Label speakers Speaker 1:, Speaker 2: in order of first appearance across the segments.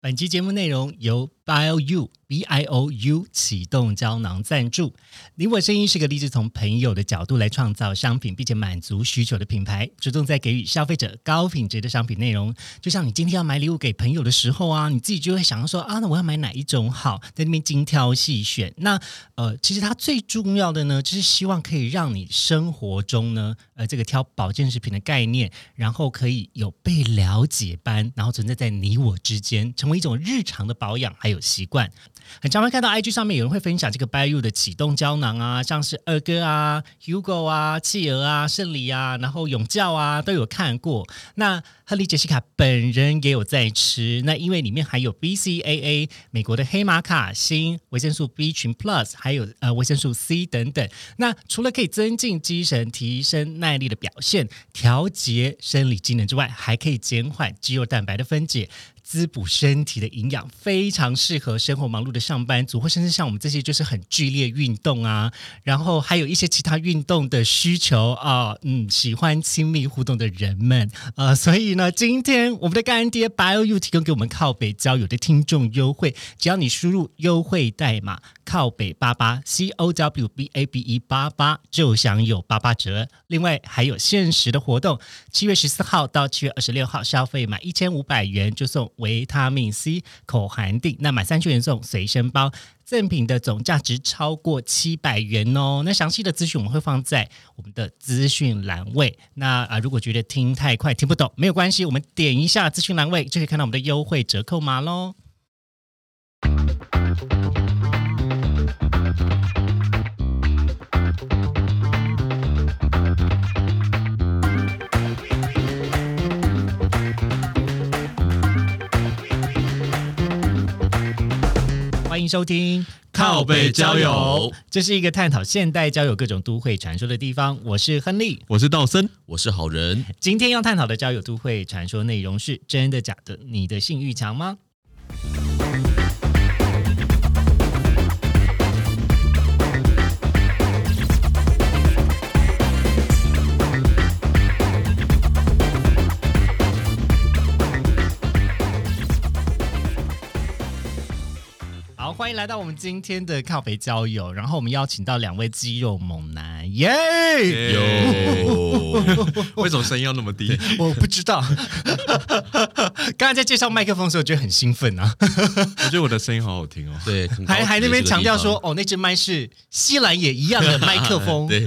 Speaker 1: 本期节目内容由 BioU B I O U 启动胶囊赞助。你我声音是个立志从朋友的角度来创造商品，并且满足需求的品牌，着重在给予消费者高品质的商品内容。就像你今天要买礼物给朋友的时候啊，你自己就会想要说啊，那我要买哪一种好，在那边精挑细选。那呃，其实它最重要的呢，就是希望可以让你生活中呢，呃，这个挑保健食品的概念，然后可以有被了解般，然后存在在你我之间，成为一种日常的保养还有习惯。很常会看到 IG 上面有人会分享这个 BioU 的启动胶囊啊，像是二哥啊、Hugo 啊、企鹅啊、胜利啊，然后永教啊都有看过。那亨利·杰西卡本人也有在吃，那因为里面含有 BCAA、美国的黑玛卡、锌、维生素 B 群 Plus，还有呃维生素 C 等等。那除了可以增进精神、提升耐力的表现、调节生理机能之外，还可以减缓肌肉蛋白的分解。滋补身体的营养，非常适合生活忙碌的上班族，或甚至像我们这些就是很剧烈运动啊，然后还有一些其他运动的需求啊，嗯，喜欢亲密互动的人们，呃，所以呢，今天我们的干爹 BioU 提供给我们靠北交友的听众优惠，只要你输入优惠代码靠北八八 C O W B A B E 八八，就享有八八折。另外还有限时的活动，七月十四号到七月二十六号，消费满一千五百元就送维他命 C 口含锭，那满三千元送随身包。赠品的总价值超过七百元哦。那详细的资讯我们会放在我们的资讯栏位。那啊、呃如果觉得听太快听不懂，没有关系，我们点一下资讯栏位就可以看到我们的优惠折扣码喽。欢迎收听
Speaker 2: 靠北交友，
Speaker 1: 这是一个探讨现代交友各种都会传说的地方。我是亨利，
Speaker 2: 我是道森，我是好人。
Speaker 1: 今天要探讨的交友都会传说内容是真的假的？你的性欲强吗？好，欢迎来到我们今天的靠北交友，然后我们邀请到两位肌肉猛男，耶、
Speaker 3: 哎
Speaker 2: 有，为什么声音要那么低？
Speaker 1: 我不知道，刚才在介绍麦克风的时候，觉得很兴奋啊，
Speaker 2: 我觉得我的声音好好听哦。
Speaker 3: 对，很高
Speaker 1: 还还那边
Speaker 3: 级的
Speaker 1: 强调
Speaker 3: 地方
Speaker 1: 说，哦，那只麦是西兰也一样的麦克风。
Speaker 3: 对，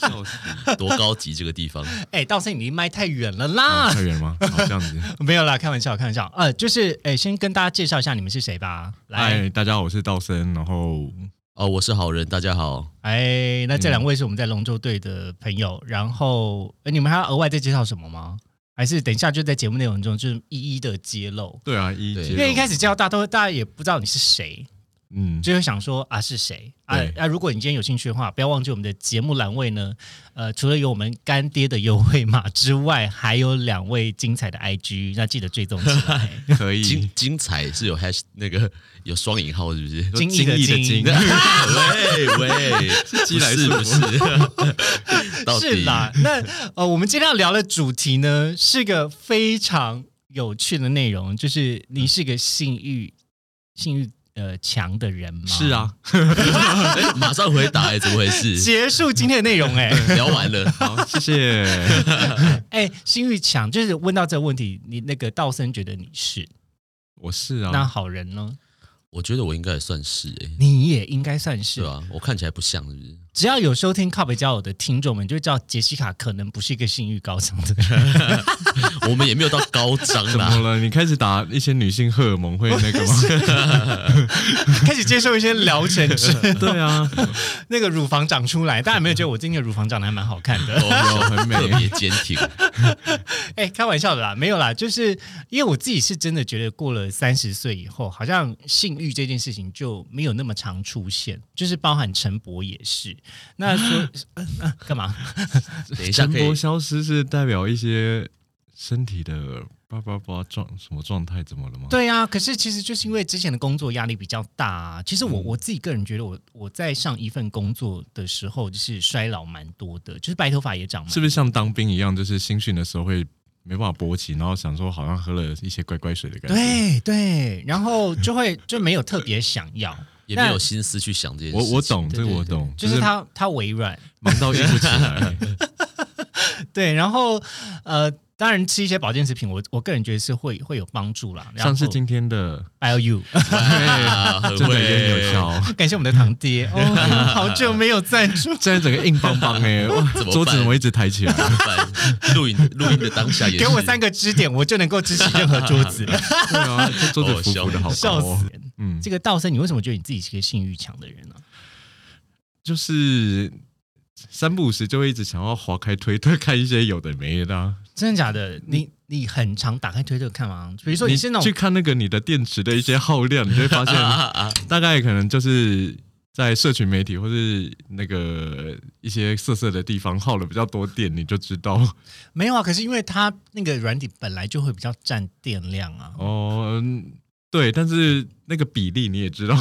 Speaker 2: 笑死，
Speaker 3: 多高级这个地方，
Speaker 1: 哎，道森，你离麦太远了
Speaker 2: 啊
Speaker 1: 啦，
Speaker 2: 太远了吗？好，这样子。
Speaker 1: 没有啦，开玩笑，开玩笑。呃，就是，哎，先跟大家介绍一下你们是谁吧。 来，
Speaker 2: 嗨，大家好，我是道森。然后
Speaker 3: 哦，我是好人，大家好，
Speaker 1: 哎，那这两位是我们在龙舟队的朋友，然后呃你们还要额外再介绍什么吗？还是等一下就在节目内容中就是一一的揭露？
Speaker 2: 对啊，一
Speaker 3: 对
Speaker 2: 接
Speaker 1: 因
Speaker 2: 龙
Speaker 1: 为一开始介绍大家都大家也不知道你是谁，
Speaker 2: 嗯，
Speaker 1: 就会想说啊是谁啊
Speaker 2: 对
Speaker 1: 啊！如果你今天有兴趣的话，不要忘记我们的节目栏位呢，呃，除了有我们干爹的优惠码之外，还有两位精彩的 IG，那记得追踪起来。
Speaker 2: 可以
Speaker 3: 精。精彩是有 hash 那个有双引号是不是？
Speaker 1: 精益的
Speaker 2: 益的
Speaker 1: 精
Speaker 2: 精，
Speaker 3: 喂喂，
Speaker 2: 鸡来
Speaker 3: 不是
Speaker 2: 素
Speaker 3: 不是？ 到底啊
Speaker 1: 是啦，那呃，我们今天要聊的主题呢，是个非常有趣的内容，就是你是个性欲性欲呃强的人吗？
Speaker 2: 是，啊，
Speaker 3: 哎马上回答，哎，怎么回事？
Speaker 1: 结束今天的内容、 哎
Speaker 3: 聊完了，
Speaker 2: 好，谢谢。
Speaker 1: 哎，性欲强，就是问到这个问题，你那个道森觉得你是，
Speaker 2: 我是
Speaker 1: 那
Speaker 2: 啊，
Speaker 1: 好人呢，
Speaker 3: 我觉得我应该也算是哎，
Speaker 1: 你也应该算是
Speaker 3: 对啊，我看起来不像是不是？
Speaker 1: 只要有收听靠北交友的听众们，就会知道杰西卡可能不是一个性欲高涨的 人。
Speaker 3: 我们也没有到高张
Speaker 2: 怎么
Speaker 3: 啦，
Speaker 2: 了？你开始打一些女性荷尔蒙会 那个吗？
Speaker 1: 开始接受一些疗程，是
Speaker 2: 对啊，
Speaker 1: 那个乳房长出来。大家有没有觉得我今天的乳房长得还蛮好看的？
Speaker 2: 有很美
Speaker 3: 特。别坚挺，
Speaker 1: 哎、开玩笑的啦，没有啦，就是因为我自己是真的觉得过了三十岁以后，好像性欲这件事情就没有那么常出现，就是包含陈博也是。那 说、呃干嘛？
Speaker 3: 等一下
Speaker 2: 陈
Speaker 3: 可
Speaker 2: 勃
Speaker 3: 以
Speaker 2: 消失是代表一些身体的叭叭叭状什么状态？怎么了吗？
Speaker 1: 对啊，可是其实就是因为之前的工作压力比较大、啊，其实我、我自己个人觉得我，我在上一份工作的时候，就是衰老蛮多的，就是白头发也长嘛
Speaker 2: 是。不是像当兵一样，就是新训的时候会没办法勃起，然后想说好像喝了一些乖乖水的感觉。
Speaker 1: 对对，然后就会 就没有特别想要，
Speaker 3: 也没有
Speaker 1: 但
Speaker 3: 心思去想这些事
Speaker 2: 我
Speaker 3: 情。
Speaker 2: 我懂，
Speaker 1: 对
Speaker 2: 这个
Speaker 1: 对
Speaker 2: 我
Speaker 1: 对
Speaker 2: 懂，
Speaker 1: 就是他他微软，
Speaker 2: 忙到硬不起 来。
Speaker 1: 对，然后呃，当然吃一些保健食品，我我个人觉得是会会有帮助啦。然后
Speaker 2: 像是今天的，
Speaker 1: I O U，
Speaker 3: 哇，很
Speaker 2: 真
Speaker 3: 会欸
Speaker 2: 的也有效。
Speaker 1: 感谢我们的堂爹，哦，好久没有赞助，
Speaker 2: 现在整个硬邦邦哎、哇
Speaker 3: 怎么办
Speaker 2: 桌子 怎么一直抬起 来？
Speaker 3: 办录影录音的当下也是
Speaker 1: 给我三个支点，我就能够支起任何桌子，
Speaker 2: 对啊，这桌子浮浮的好
Speaker 1: 笑
Speaker 2: 高、哦
Speaker 1: 死。人。
Speaker 2: 嗯，
Speaker 1: 这个道生，你为什么觉得你自己是个性欲强的人呢、
Speaker 2: 就是三不五时就会一直想要划开推特看一些有的没的、啊。
Speaker 1: 真的假的？你你很常打开推特看吗？比如说你嗯是那
Speaker 2: 去
Speaker 1: 种
Speaker 2: 看那个你的电池的一些耗量，你就会发
Speaker 3: 啊
Speaker 2: 现，
Speaker 3: 啊啊！
Speaker 2: 大概可能就是在社群媒体或是那个一些色色的地方耗了比较多电，你就知道
Speaker 1: 没有啊？可是因为它那个软体本来就会比较占电量啊。
Speaker 2: 哦。嗯对，但是那个比例你也知道，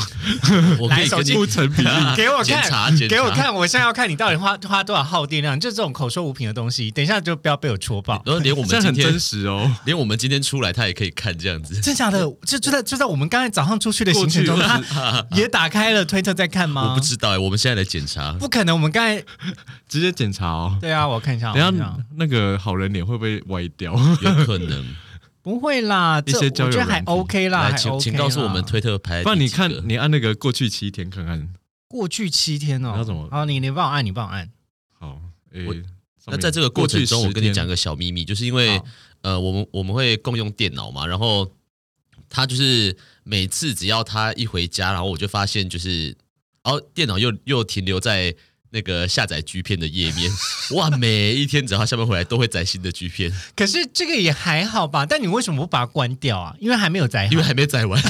Speaker 3: 我可
Speaker 1: 来
Speaker 3: 以
Speaker 1: 手
Speaker 3: 跟
Speaker 1: 机
Speaker 3: 你
Speaker 2: 不成比例。
Speaker 1: 给我
Speaker 3: 检查
Speaker 1: 看，
Speaker 3: 检查
Speaker 1: 给我看，我现在要看你到底花花多少耗电量。就这种口说无凭的东西，等一下就不要被我戳爆。
Speaker 3: 然后连我们
Speaker 2: 这
Speaker 3: 今
Speaker 2: 很真
Speaker 3: 天，
Speaker 2: 实哦。
Speaker 3: 连我们今天出来，他也可以看这样子。
Speaker 1: 真假的？就就在就在我们刚才早上出去的行程中，
Speaker 2: 过去
Speaker 1: 他 也打开了推特在看吗？
Speaker 3: 我不知道哎、我们现在来检查，
Speaker 1: 不可能，我们刚才
Speaker 2: 直接检查哦。
Speaker 1: 对啊，我看一下，
Speaker 2: 等一
Speaker 1: 我看一
Speaker 2: 下
Speaker 1: 下
Speaker 2: 那个好人脸会不会歪 掉？
Speaker 3: 有 可能。
Speaker 1: 不会啦，这
Speaker 2: 一些交友
Speaker 1: 我觉得还
Speaker 2: 软体
Speaker 1: OK 啦，
Speaker 3: 来，
Speaker 1: 还
Speaker 3: 请
Speaker 1: OK
Speaker 3: 请告诉我
Speaker 1: 啦
Speaker 3: 们推特排。
Speaker 2: 不然你看，你按那个过去七天看看。
Speaker 1: 过去七天哦，
Speaker 2: 你要怎么
Speaker 1: 好，你你帮我按，你帮我按。
Speaker 2: 好，诶
Speaker 3: 我，
Speaker 2: 上
Speaker 3: 那
Speaker 2: 面
Speaker 3: 在这个过程中，
Speaker 2: 过去
Speaker 3: 我
Speaker 2: 10
Speaker 3: 跟你讲个小秘密，就是因为
Speaker 1: 好
Speaker 3: 呃，我们我们会共用电脑嘛，然后他就是每次只要他一回家，然后我就发现就是，哦，电脑又又停留在那个下载 G 片的页 面，哇，每一天只要他下班回来都会载新的 G 片，
Speaker 1: 可是这个也还好吧？但你为什么不把它关掉啊？因为还没有载好，
Speaker 3: 因为还没载完，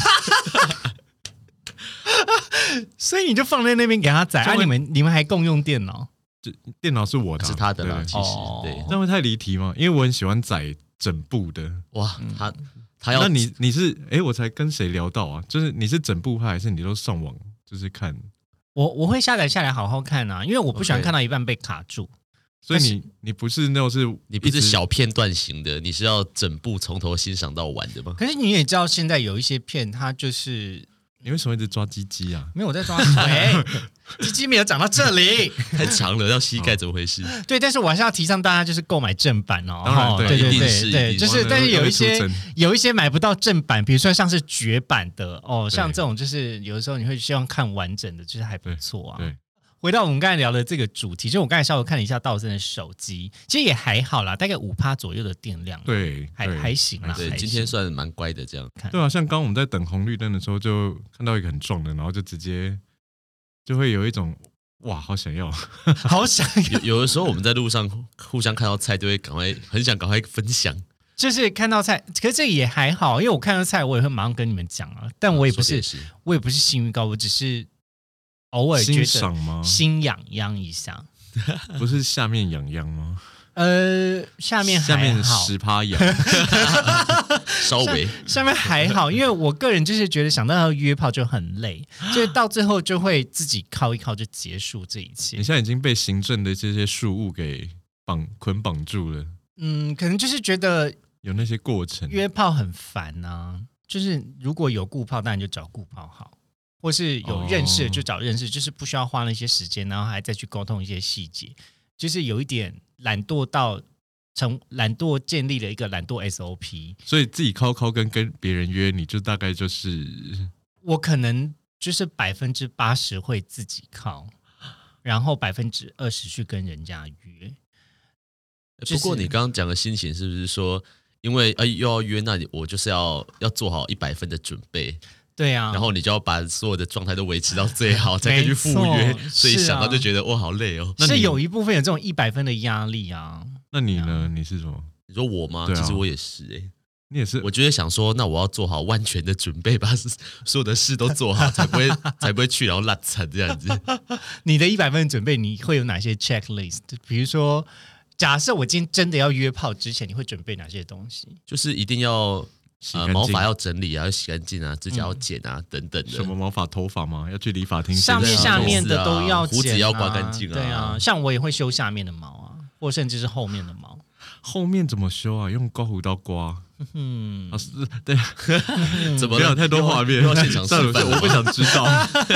Speaker 1: 所以你就放在那边给他载。
Speaker 2: 就
Speaker 1: 啊，
Speaker 2: 会
Speaker 1: 你们你们还共用电脑？
Speaker 2: 天电脑是我的啊，
Speaker 3: 是他的啦，
Speaker 2: 对
Speaker 3: 其实
Speaker 1: 哦
Speaker 3: 对，
Speaker 2: 这样会太离题吗？因为我很喜欢载整部的。
Speaker 3: 哇，他他要
Speaker 2: 嗯那你你是诶，我才跟谁聊到啊？就是你是整部派，还是你都上网就是看？
Speaker 1: 我我会下载下来好好看啊，因为我不喜欢
Speaker 3: OK
Speaker 1: 看到一半被卡住。
Speaker 2: 所以
Speaker 1: 但是
Speaker 2: 你你不是那种是
Speaker 3: 你不
Speaker 2: 一
Speaker 3: 是
Speaker 2: 直
Speaker 3: 小片段型的，你是要整部从头欣赏到完的 吗？
Speaker 1: 可是你也知道，现在有一些片，它就是
Speaker 2: 你为什么一直抓鸡鸡啊？
Speaker 1: 没有我在抓腿，鸡鸡没有长到这里。
Speaker 3: 太长了，要膝盖怎么回事？
Speaker 1: 对，但是我还是要提倡大家就是购买正版哦。
Speaker 2: 当然
Speaker 1: 哦
Speaker 2: 对
Speaker 1: 对
Speaker 3: 一定
Speaker 1: 对
Speaker 3: 是
Speaker 1: 对，
Speaker 3: 一定
Speaker 1: 就是是但是有一
Speaker 2: 会
Speaker 1: 些
Speaker 2: 出征
Speaker 1: 有一些买不到正版，比如说像是绝版的哦，
Speaker 2: 对
Speaker 1: 像这种就是有的时候你会希望看完整的，就是还不错啊。
Speaker 2: 对，
Speaker 1: 回到我们刚才聊的这个主题，就我刚才稍微看了一下道森的手机，其实也还好啦，大概五趴左右的电量，，
Speaker 2: 对，
Speaker 1: 还
Speaker 2: 对
Speaker 1: 还行啦。
Speaker 3: 对，
Speaker 1: 还
Speaker 3: 今
Speaker 1: 行
Speaker 3: 天算蛮乖的，这样
Speaker 2: 对啊，像刚我们在等红绿灯的时候，就看到一个很壮的，然后就直接就会有一种哇，好想要，
Speaker 1: 好想
Speaker 3: 有有的时候我们在路上互相看到菜，就会赶快很想赶快分享，
Speaker 1: 就是看到菜，可是这也还好，因为我看到菜我也会马上跟你们讲啊，但我也不
Speaker 3: 说
Speaker 1: 是
Speaker 3: 得是
Speaker 1: 我也不是性欲高，我只是偶尔觉
Speaker 2: 欣
Speaker 1: 得
Speaker 2: 赏吗？
Speaker 1: 心痒痒一下。
Speaker 2: 不是下面痒痒吗？
Speaker 1: 呃，下面
Speaker 2: 下
Speaker 1: 还
Speaker 2: 面
Speaker 1: 好，
Speaker 2: 十趴痒，
Speaker 3: 稍微
Speaker 1: 下面还好，因为我个人就是觉得想到要约炮就很累，就是到最后就会自己靠一靠就结束这一切
Speaker 2: 你。现在已经被行政的这些事物给绑捆绑住了，
Speaker 1: 嗯，可能就是觉得
Speaker 2: 有那些过程。
Speaker 1: 约炮很烦啊，就是如果有顾炮，当然就找顾炮好。或是有认识的
Speaker 2: 哦
Speaker 1: 就找认识，就是不需要花那些时间，然后还再去沟通一些细节，就是有一点懒惰到成懒惰建立了一个懒惰 SOP。
Speaker 2: 所以自己靠靠跟跟别人约，你就大概就是
Speaker 1: 我可能就是百分之八十会自己靠，然后百分之二十去跟人家约。就是
Speaker 3: 不过你刚刚讲的心情是不是说，因为哎又要约，那你我就是要要做好一百分的准备，
Speaker 1: 对啊，
Speaker 3: 然后你就要把所有的状态都维持到最好，才可以去赴
Speaker 1: 没
Speaker 3: 约
Speaker 1: 错，
Speaker 3: 所以
Speaker 1: 是啊
Speaker 3: 想到就觉得哇好累哦。
Speaker 2: 那
Speaker 1: 是啊
Speaker 2: 你
Speaker 1: 有一部分有这种一百分的压力啊。
Speaker 2: 那你呢？你是什么？
Speaker 3: 你说我吗？
Speaker 2: 对啊
Speaker 3: 其实我也是哎、
Speaker 2: 你也是
Speaker 3: 我觉得想说，那我要做好万全的准备，把所有的事都做好，才不会才不会去然后烂惨这样子。
Speaker 1: 你的一百分准备，你会有哪些 checklist？比如说，假设我今天真的要约炮之前，你会准备哪些东西？
Speaker 3: 就是一定要
Speaker 2: 洗
Speaker 3: 呃
Speaker 2: 干
Speaker 3: 毛
Speaker 2: 净
Speaker 3: 发要整理啊，要洗干净啊，指甲要剪啊、等等
Speaker 2: 什么
Speaker 3: 的。
Speaker 2: 毛发头发吗？要去理发厅
Speaker 1: 上面、
Speaker 2: 剪头
Speaker 1: 下
Speaker 2: 发
Speaker 1: 面的都要剪、啊，
Speaker 3: 胡子要刮干净啊
Speaker 1: 对啊，像我也会修下面的毛啊，或甚至是后面的毛。
Speaker 2: 后面怎么修啊？用刮胡刀刮？
Speaker 1: 嗯
Speaker 2: 啊，，是 对，
Speaker 3: 怎么
Speaker 2: 不
Speaker 3: 了
Speaker 2: 要有太多画面，
Speaker 3: 又要又要现场
Speaker 2: 算了
Speaker 3: 示范
Speaker 2: 我不想知道，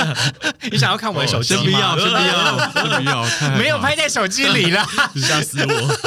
Speaker 1: 你想要看我的手机
Speaker 2: 先
Speaker 1: 吗？
Speaker 2: 不要，先不要， 先不要，太害怕
Speaker 1: 没有拍在手机里啦。
Speaker 3: 吓死我，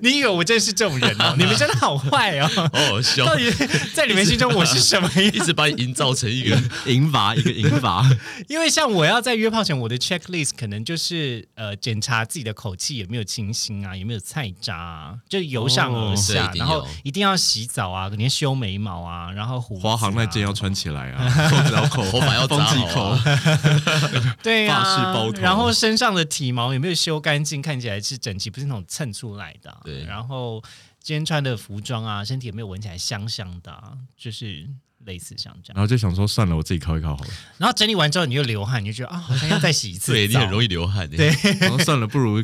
Speaker 1: 你以为我真是这种人哦？ 你们真的好坏 哦！
Speaker 3: 好好笑
Speaker 1: 到，底在你们心中我是什么
Speaker 3: 一
Speaker 1: 样？
Speaker 3: 直把你营造成一 个
Speaker 2: 银法一个银法，
Speaker 1: 因为像我要在约炮前，我的 checklist 可能就是呃检查自己的口气有没有清新啊，有没有菜渣、啊，就由上而下，
Speaker 3: 哦对
Speaker 1: 然后
Speaker 3: 一定
Speaker 1: 一
Speaker 3: 要
Speaker 1: 定要洗澡啊，肯定修眉毛啊，然后胡子、啊、
Speaker 2: 华航那件要穿起来啊，扣子要扣，
Speaker 3: 头发要
Speaker 2: 风
Speaker 3: 扎
Speaker 2: 纪
Speaker 3: 好
Speaker 2: 扣
Speaker 3: 啊，
Speaker 1: 对啊，
Speaker 2: 发饰包头
Speaker 1: 然后身上的体毛有没有修干净，看起来是整齐，不是那种蹭出来的啊、
Speaker 3: 对
Speaker 1: 然后今天穿的服装啊，身体有没有闻起来香香的、啊，就是类似像这样
Speaker 2: 然。后就想说算了，我自己烤一烤好了。
Speaker 1: 然后整理完之后，你就流汗，你就觉得啊，好像要再洗 一次
Speaker 3: 对你
Speaker 1: 澡
Speaker 3: 很容易流汗欸，
Speaker 1: 对
Speaker 2: 然后算了，不如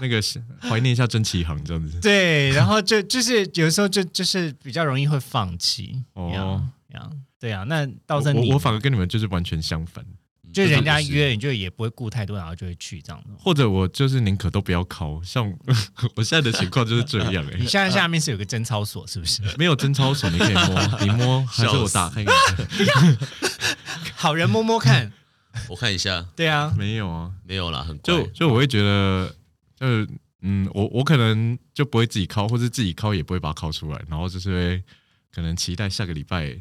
Speaker 2: 那个怀念一下真启航这样子。
Speaker 1: 对，然后就就是有时候就就是比较容易会放弃
Speaker 2: 哦
Speaker 1: 哦，这样对啊。那
Speaker 2: 我
Speaker 1: 到这你
Speaker 2: 我我反而跟你们就是完全相反，
Speaker 3: 嗯
Speaker 1: 就人家
Speaker 3: 这种
Speaker 1: 约你就也不会顾太多，然后就会去这样子。
Speaker 2: 或者我就是宁可都不要烤。像 我现在的情况就是这样 哎、
Speaker 1: 你现在下面是有个贞操所是不是？
Speaker 2: 没有贞操手，你可以摸，你摸还是我打开给你看？
Speaker 1: 好人摸摸看，
Speaker 3: 我看一下，
Speaker 1: 对啊，
Speaker 2: 没有啊，
Speaker 3: 没有啦，很乖
Speaker 2: 就就我会觉得，就是嗯，我我可能就不会自己敲，或是自己敲也不会把它敲出来，然后就是会可能期待下个礼拜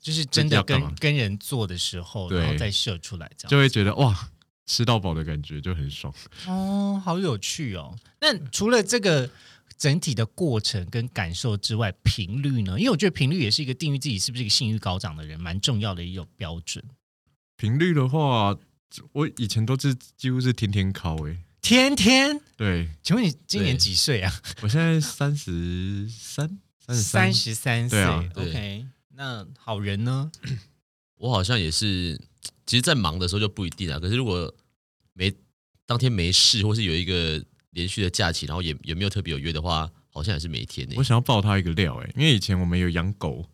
Speaker 1: 就是真的
Speaker 2: 要干嘛
Speaker 1: 跟跟人做的时候，
Speaker 2: 对
Speaker 1: 然后再射出来这
Speaker 2: 就
Speaker 1: 样。
Speaker 2: 会觉得哇，吃到饱的感觉就很爽。
Speaker 1: 哦，好有趣哦。那除了这个整体的过程跟感受之外，频率呢？因为我觉得频率也是一个定义自己是不是一个性欲高涨的人蛮重要的一种标准。
Speaker 2: 频率的话，我以前都是几乎是天天敲诶、
Speaker 1: 天天，
Speaker 2: 对
Speaker 1: 请问你今年
Speaker 3: 对
Speaker 1: 几岁啊？
Speaker 2: 我现在三十三，
Speaker 1: 嗯三
Speaker 2: 三十三，
Speaker 1: 十三岁。
Speaker 2: 对啊
Speaker 1: OK，那好人呢？
Speaker 3: 我好像也是，其实，在忙的时候就不一定啊。可是如果没当天没事，或是有一个连续的假期，然后也也没有特别有约的话，好像也是每天欸呢、
Speaker 2: 我想要爆他一个料诶、欸因为以前我们有养狗，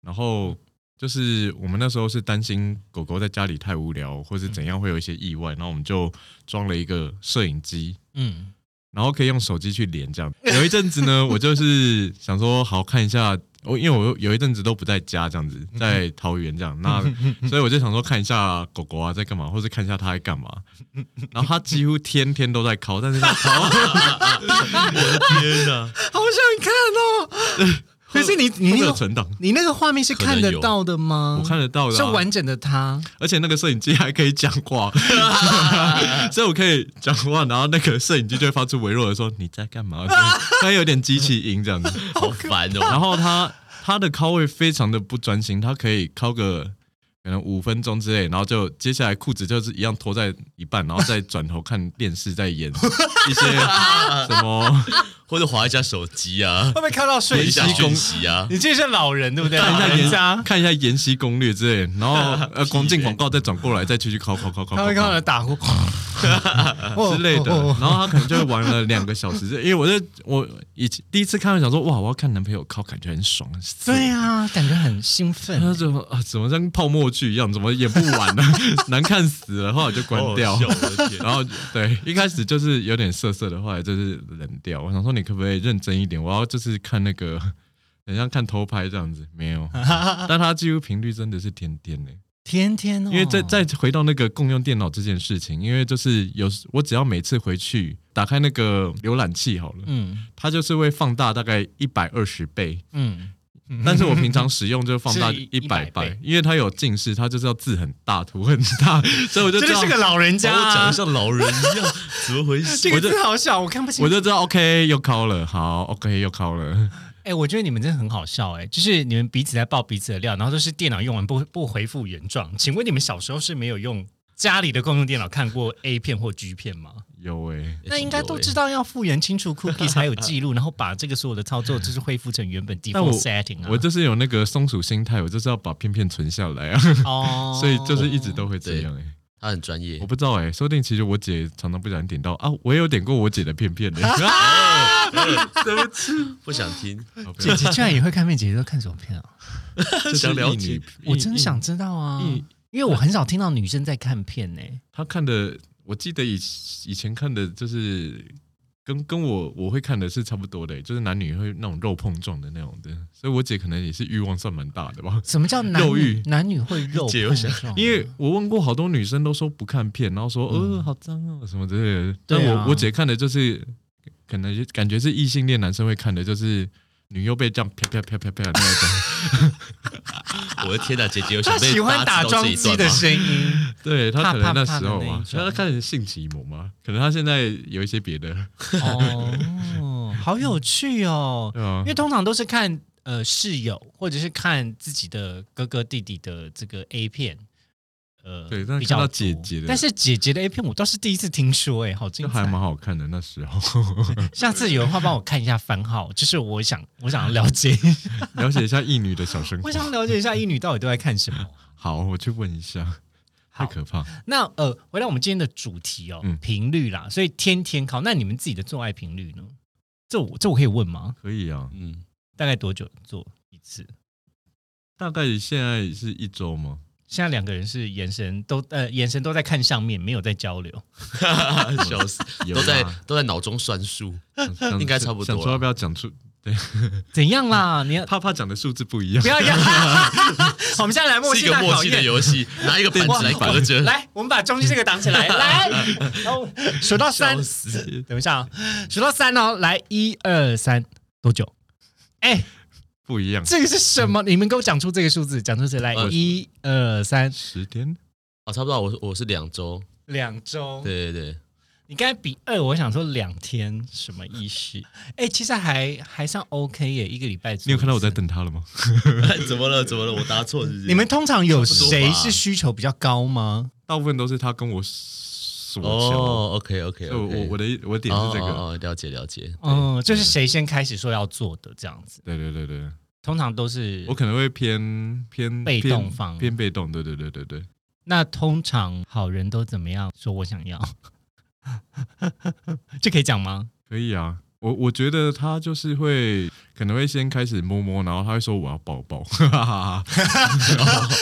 Speaker 2: 然后就是我们那时候是担心狗狗在家里太无聊，或是怎样会有一些意外，然后我们就装了一个摄影机，
Speaker 1: 嗯，
Speaker 2: 然后可以用手机去连这样。有一阵子呢，我就是想说，好看一下，我因为我有一阵子都不在家这样子，在桃园这样，那所以我就想说看一下狗狗啊在干嘛，或是看一下它在干嘛。然后它几乎天天都在考，但是它考，天哪，
Speaker 1: 好想看哦。 可是你你哦
Speaker 2: 没
Speaker 1: 那个
Speaker 2: 有存档。
Speaker 1: 你那个画面是
Speaker 3: 可能
Speaker 1: 看得
Speaker 3: 有
Speaker 1: 到的吗？
Speaker 2: 我看得到的、
Speaker 1: 是
Speaker 2: 啊，
Speaker 1: 完整的他。
Speaker 2: 而且那个摄影机还可以讲 话，所以我可以讲话，然后那个摄影机就会发出微弱的说你在干嘛，它有点机器音这样子。
Speaker 3: 好烦哦、
Speaker 2: 然后他他的靠位非常的不专心，他可以靠个可能五分钟之类，然后就接下来裤子就是一样脱在一半，然后再转头看电视在演 一些什 么，
Speaker 3: 或者划一下手机啊，
Speaker 1: 会不会看到
Speaker 3: 回
Speaker 1: 睡
Speaker 3: 一
Speaker 1: 着
Speaker 3: 下？讯息啊，
Speaker 1: 你这是老人对不对？
Speaker 2: 看一
Speaker 1: 老
Speaker 2: 下
Speaker 1: 人
Speaker 2: 延
Speaker 1: 家，
Speaker 2: 看一下《延禧攻略》之类，然后 呃光进广告再转过来再继续靠靠靠 靠
Speaker 1: 他会看到人打 呼
Speaker 2: 之类的，
Speaker 1: 哦哦哦
Speaker 2: 然后他可能就玩了两个小时， 因为我在我以前第一次看到想说哇，我要看男朋友靠，感觉很爽，
Speaker 1: 对啊，感觉很兴
Speaker 2: 他
Speaker 1: 奋。
Speaker 2: 怎么啊？怎么像泡沫剧一样？怎么演不完呢、 难看死了，后来就关掉
Speaker 1: 哦
Speaker 3: 好。哦好笑我 的天
Speaker 2: 然后对，一开始就是有点涩涩的，后来就是冷掉。我想说，你可不可以认真一点？我要就是看那个，很像看偷拍这样子，没有。但他几乎频率真的是欸天天呢、
Speaker 1: 天天哦，
Speaker 2: 因为再再回到那个共用电脑这件事情，因为就是有时我只要每次回去打开那个浏览器好了，
Speaker 1: 嗯
Speaker 2: 它就是会放大大概一百二十倍，
Speaker 1: 嗯，
Speaker 2: 但是我平常使用就放大
Speaker 1: 是一
Speaker 2: 一百
Speaker 1: 100
Speaker 2: 倍
Speaker 1: 倍，
Speaker 2: 因为它有近视，它就是要字很大，图很 大，所以我就
Speaker 1: 真
Speaker 2: 知
Speaker 1: 的
Speaker 2: 道
Speaker 1: 是，个老人家
Speaker 3: 我
Speaker 1: 啊
Speaker 3: 讲的。像老人一样， 怎么回事
Speaker 1: 这？个字好小，我看不清
Speaker 2: 我。就知道 OK 又靠了，好 OK 又靠了，
Speaker 1: 哎，我觉得你们真的很好笑哎，就是你们彼此在爆彼此的料，然后都是电脑用完不不回复原状。请问你们小时候是没有用家里的公用电脑看过 A 片或 G 片吗？
Speaker 2: 有哎、
Speaker 1: 那应该都知道要复原清除 cookie 才有记录，然后把这个所有的操作就是恢复成原本 default
Speaker 2: 我
Speaker 1: setting 啊。
Speaker 2: 我就是有那个松鼠心态，我就是要把片片存下来啊，
Speaker 1: 哦，
Speaker 2: 所以就是一直都会这样哎、
Speaker 3: 他很专业
Speaker 2: 我，不知道哎、说不定其实我姐常常不小心点到啊，我也有点过我姐的片片的、
Speaker 3: 不想听，
Speaker 2: 好不
Speaker 1: 姐
Speaker 2: 要
Speaker 1: 姐居然也会看片，姐姐都看什么片啊？
Speaker 2: 就是
Speaker 3: 想了
Speaker 2: 印尼
Speaker 3: 解
Speaker 1: 我真的想知道啊
Speaker 2: 嗯，
Speaker 1: 因为我很少听到女生在看片呢、
Speaker 2: 她看的，我记得以以前看的就是跟跟我我会看的是差不多的，就是男女会那种肉碰撞的那种的，所以我姐可能也是欲望算蛮大的吧。
Speaker 1: 什么叫 男
Speaker 2: 肉
Speaker 1: 女
Speaker 2: 欲
Speaker 1: 男女会肉
Speaker 3: 姐
Speaker 1: 碰
Speaker 3: 我想
Speaker 1: 撞？
Speaker 2: 因为我问过好多女生都说不看片，然后说呃好脏哦什么之类的，但
Speaker 1: 嗯对
Speaker 2: 我、
Speaker 1: 啊
Speaker 2: 我姐看的就是可能就感觉是异性恋男生会看的，就是女优被这样啪啪啪啪啪的那种。
Speaker 3: 我的天哪，姐姐有想
Speaker 1: 他
Speaker 3: 被
Speaker 1: 喜欢打
Speaker 3: 打
Speaker 1: 桩机的声音，
Speaker 2: 对他可能那时候
Speaker 1: 怕怕怕
Speaker 2: 啊
Speaker 1: 的那
Speaker 2: 嘛
Speaker 1: 一，种
Speaker 2: 他开始性启蒙嘛，可能他现在有一些别的，
Speaker 1: 哦，好有趣哦。
Speaker 2: 对啊
Speaker 1: 因，为通常都是看呃室友或者是看自己的哥哥弟弟的这个 A 片，呃，
Speaker 2: 对但是
Speaker 1: 比较
Speaker 2: 看到
Speaker 1: 多
Speaker 2: 姐姐的
Speaker 1: 但是姐姐的 A 片我倒是第一次听说、哎，好精
Speaker 2: 就还
Speaker 1: 彩！
Speaker 2: 蛮好看的那时候，
Speaker 1: 下次有的话帮我看一下番号，就是我想我想了解，
Speaker 2: 了解一下异女的小生活
Speaker 1: 我。想了解一下一女到底都在看什么。
Speaker 2: 好，我去问一下，太
Speaker 1: 好
Speaker 2: 可怕。
Speaker 1: 那呃，回到我们今天的主题哦，
Speaker 2: 嗯
Speaker 1: 频率啦，所以天天靠，那你们自己的做爱频率呢？这我这我可以问吗？
Speaker 2: 可以啊，
Speaker 3: 嗯，
Speaker 1: 大概多久做一次？
Speaker 2: 大概现在是一周吗？
Speaker 1: 现在两个人是眼神都呃眼神都在看上面，没有在交流。
Speaker 3: 笑死，
Speaker 2: 有
Speaker 3: 都在
Speaker 2: 啊
Speaker 3: 都在脑中算数。
Speaker 2: 想 想
Speaker 3: 应该差不多
Speaker 2: 想
Speaker 3: 啊
Speaker 2: 说要不要讲出，
Speaker 1: 怎样啦？你 要
Speaker 2: 怕怕讲的数字不一样
Speaker 1: 不。要要？ 我们现在来默
Speaker 3: 是
Speaker 1: 契
Speaker 3: 一个
Speaker 1: 大
Speaker 3: 默
Speaker 1: 考
Speaker 3: 契的
Speaker 1: 验。
Speaker 3: 游戏，拿一个板子来隔着，
Speaker 1: 来，我们把中间这个挡起来。 来，然后数到三
Speaker 3: 笑，死，
Speaker 1: 等一下啊，数到三哦。来，一二三，多久？哎，
Speaker 2: 不一样，
Speaker 1: 这个是什么？你们给我讲出这个数字，讲出谁来？
Speaker 3: 呃
Speaker 1: 一二三，
Speaker 2: 十天
Speaker 3: 哦，差不多，我我是两周，
Speaker 1: 两周。
Speaker 3: 对对对，
Speaker 1: 你刚才比二，我想说两天什么意思？哎，其实还还算 OK 耶，一个礼拜。
Speaker 2: 你有看到我在？等他了吗？
Speaker 3: 怎么了？怎么了？我答错是不是？
Speaker 1: 你们通常有
Speaker 3: 差不多
Speaker 1: 谁
Speaker 3: 吧
Speaker 1: 是需求比较高吗？
Speaker 2: 大部分都是他跟我所求，
Speaker 3: 哦，OK OK，
Speaker 2: 所以我我我
Speaker 3: 的
Speaker 2: 的我的点是这个，
Speaker 3: 哦，了解 了解，
Speaker 1: 嗯，就是谁先开始说要做的这样子，
Speaker 2: 对对对对。
Speaker 1: 通常都是
Speaker 2: 我可能会偏偏
Speaker 1: 被动
Speaker 2: 偏
Speaker 1: 方
Speaker 2: 偏被动，对对对对对，
Speaker 1: 那通常好人都怎么样说我想要， 这可以讲 吗？
Speaker 2: 可以啊。我我觉得他就是会，可能会先开始摸摸，然后他会说我要抱 抱，哈哈哈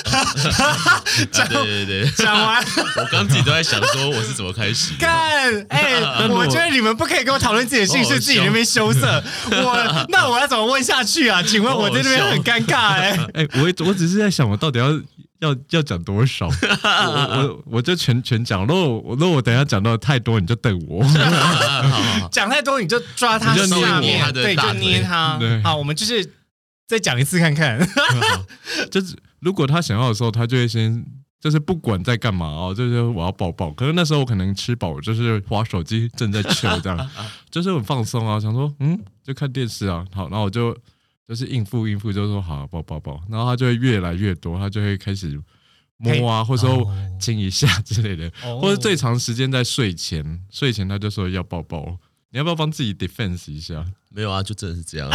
Speaker 2: 哈
Speaker 3: 啊对对对，
Speaker 1: 讲完
Speaker 3: 我刚自己都在想说我是怎么开始的，
Speaker 1: 干，哎、我觉得你们不可以跟我讨论自己的性事，自己在那边羞 涩。我那我要怎么问下去啊？请问我在那边很尴尬 哎、
Speaker 2: 哎、我我我只是在想，我到底要要要讲多少？我我我就全全讲，如果我如果我等一下讲到太多，你就瞪我。
Speaker 3: 啊好好好
Speaker 1: 讲太多你就抓他
Speaker 3: 你就
Speaker 1: 下
Speaker 3: 捏
Speaker 1: 面，
Speaker 3: 他的
Speaker 1: 对，
Speaker 3: 大
Speaker 1: 就
Speaker 3: 腿
Speaker 1: 捏他
Speaker 2: 对。
Speaker 1: 好，我们就是再讲一次看看。
Speaker 2: 就是如果他想要的时候，他就会先。就是不管在干嘛哦，就是我要抱抱。可是那时候我可能吃饱，就是划手机，正在 chill 这样，就是很放松啊。想说，嗯，就看电视啊。好，然后我就就是应付应付，就说好抱抱抱。然后他就会越来越多，他就会开始摸啊，或者说
Speaker 1: 哦
Speaker 2: 亲一下之类的，
Speaker 1: 哦
Speaker 2: 或者最长时间在睡前，睡前他就说要抱抱。你要不要帮自己 defense 一下？
Speaker 3: 没有啊，就真的是这样，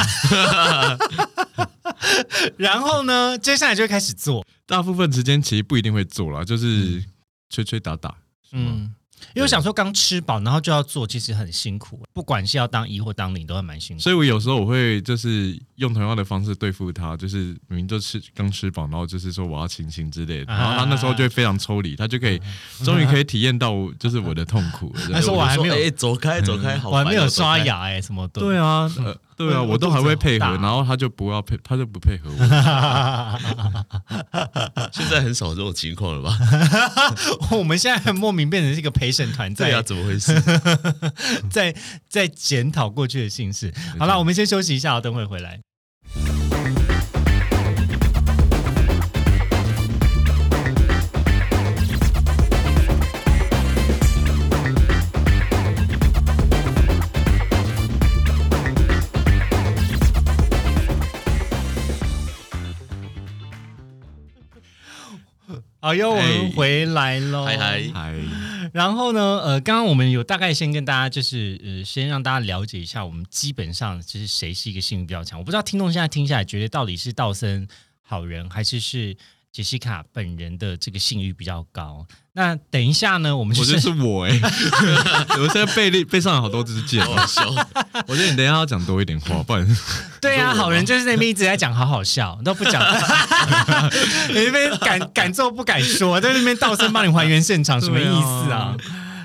Speaker 1: 然后呢，接下来就会开始做。
Speaker 2: 大部分时间其实不一定会做啦，就是吹吹打打。嗯，
Speaker 1: 嗯，因为我想说刚吃饱，然后就要做，其实很辛苦，不管是要当一或当零，都还蛮辛苦。
Speaker 2: 所以我有时候我会就是用同样的方式对付他，就是明明就吃刚吃饱，然后就是说我要亲亲之类的，
Speaker 1: 啊嗯
Speaker 2: 然后他那时候就会非常抽离，他就可以终于可以体验到我就是我的痛 苦了。这
Speaker 1: 那
Speaker 2: 样
Speaker 1: 时候我还没有
Speaker 3: 哎，走开走开，好
Speaker 1: 我还
Speaker 3: 烦哦，
Speaker 1: 没有刷
Speaker 3: 走开，
Speaker 1: 牙哎、什么的。
Speaker 2: 对啊，呃对啊，
Speaker 1: 我
Speaker 2: 我都还会配合，
Speaker 1: 我肚子好大
Speaker 2: 然后他就不要配，他就不配合我。
Speaker 3: 现在很少这种情况了吧？
Speaker 1: 我们现在很莫名变成是一个陪审团在，
Speaker 3: 对啊，怎么回事？
Speaker 1: 在在检讨过去的姓氏。好了，我们先休息一下，等会回来。好哟，我们
Speaker 2: 哎
Speaker 1: 回来喽！
Speaker 3: 嗨嗨
Speaker 2: 还
Speaker 1: 然后呢，呃，刚刚我们有大概先跟大家就是呃，先让大家了解一下，我们基本上就是谁是一个性欲比较强。我不知道听众现在听下来，觉得到底是道森好人，还是是杰西卡本人的这个性欲比较高？那等一下呢，我们就
Speaker 2: 我
Speaker 1: 是
Speaker 2: 觉得是我哎、欸， 我现在背里背上了好多支箭。啊
Speaker 3: 好好笑，
Speaker 2: 我觉得你等一下要讲多一点话，不然
Speaker 1: 对啊，
Speaker 3: 你说我吗
Speaker 1: 好人就是那边一直在讲好好笑，都不讲，你那边敢敢做不敢说，在那边道声帮你还原现场，什么意思啊？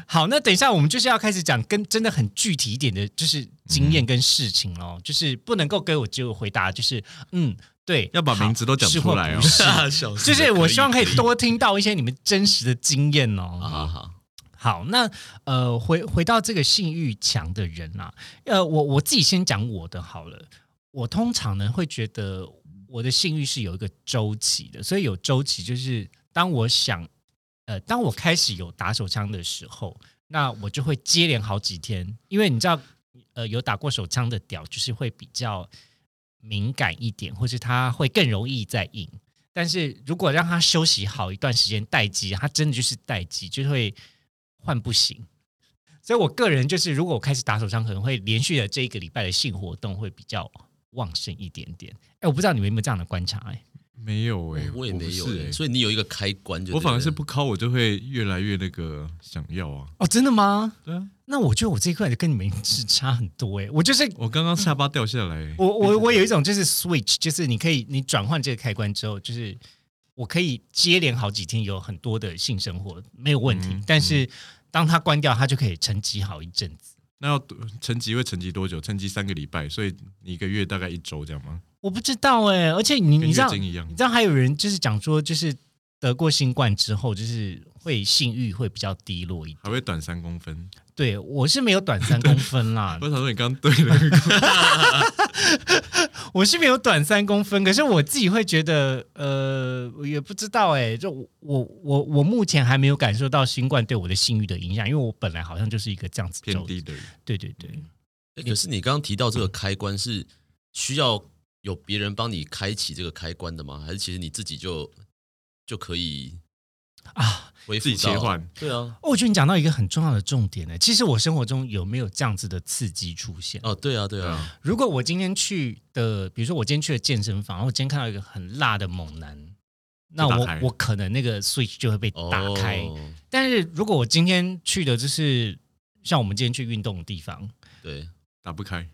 Speaker 1: 好，那等一下我们就是要开始讲跟真的很具体一点的，就是经验跟事情哦，就是不能够给我只有回答，就是嗯，对，
Speaker 2: 要把
Speaker 1: 好
Speaker 2: 名字都讲
Speaker 1: 是
Speaker 2: 出
Speaker 1: 或
Speaker 2: 来哦
Speaker 1: 不是
Speaker 3: 笑死
Speaker 1: 就是我希望可以
Speaker 3: 可以啊
Speaker 1: 多听到一些你们真实的经验
Speaker 3: 好
Speaker 1: 哦。
Speaker 3: 好好，
Speaker 1: 好，那呃，回回到这个性欲强的人啊，呃，我我自己先讲我的好了。我通常呢会觉得我的性欲是有一个周期的，所以有周期就是当我想，呃，当我开始有打手枪的时候，那我就会接连好几天，因为你知道，呃，有打过手枪的屌就是会比较敏感一点，或是它会更容易在硬。但是如果让它休息好一段时间待机，它真的就是待机，就会换不行。所以我个人就是，如果我开始打手枪，可能会连续的这一个礼拜的性活动会比较旺盛一点点。哎，我不知道你们有没有这样的观察、哎，
Speaker 2: 没有哎、
Speaker 3: 我也没有
Speaker 2: 我不是
Speaker 3: 欸，
Speaker 2: 欸
Speaker 3: 所以你有一个开关就，
Speaker 2: 我反而是不，敲，我就会越来越那个想要啊。
Speaker 1: 哦，真的吗？
Speaker 2: 对啊，
Speaker 1: 那我觉得我这一块就跟你们是差很多哎、我就是
Speaker 2: 我刚刚下巴掉下来、欸，
Speaker 1: 我我我有一种就是 switch，就是你可以你转换这个开关之后，就是我可以接连好几天有很多的性生活没有问题，
Speaker 2: 嗯
Speaker 1: 但是当它关掉，它就可以沉寂好一阵子。
Speaker 2: 那要多沉寂会沉寂多久？沉寂三个礼拜，所以你一个月大概一周这样吗？
Speaker 1: 我不知道哎、而且你
Speaker 2: 跟
Speaker 1: 你知
Speaker 2: 月
Speaker 1: 道
Speaker 2: 经一样
Speaker 1: 你。知道还有人就是讲说，就是得过新冠之后，就是会性欲会比较低落一点。
Speaker 2: 还会短三公分，
Speaker 1: 对我是没有短三公分 啦
Speaker 2: 我，想说你刚刚对了，
Speaker 1: 我是没有短三公分，可是我自己会觉得，呃，我也不知道哎、就我我我我目前还没有感受到新冠对我的性欲的影响，因为我本来好像就是一个这样子
Speaker 2: 偏
Speaker 1: 周
Speaker 2: 低 的人，
Speaker 1: 对对对，
Speaker 3: 欸可是你刚刚提到这个开关是需要有别人帮你开启这个开关的吗？还是其实你自己就就可以
Speaker 1: 啊，
Speaker 3: 恢复
Speaker 2: 自己切
Speaker 3: 到
Speaker 2: 换？
Speaker 3: 对啊，
Speaker 1: 哦我觉得你讲到一个很重要的重点呢、其实我生活中有没有这样子的刺激出现？
Speaker 3: 哦，对啊，对
Speaker 2: 对
Speaker 3: 啊，
Speaker 2: 啊，
Speaker 1: 如果我今天去的，比如说我今天去了健身房，然后我今天看到一个很辣的猛男，那
Speaker 2: 就打
Speaker 1: 我
Speaker 2: 开
Speaker 1: 我可能那个 switch 就会被
Speaker 3: 哦，
Speaker 1: 打开。但是如果我今天去的就是像我们今天去运动的地方，
Speaker 3: 对，
Speaker 2: 打不开，。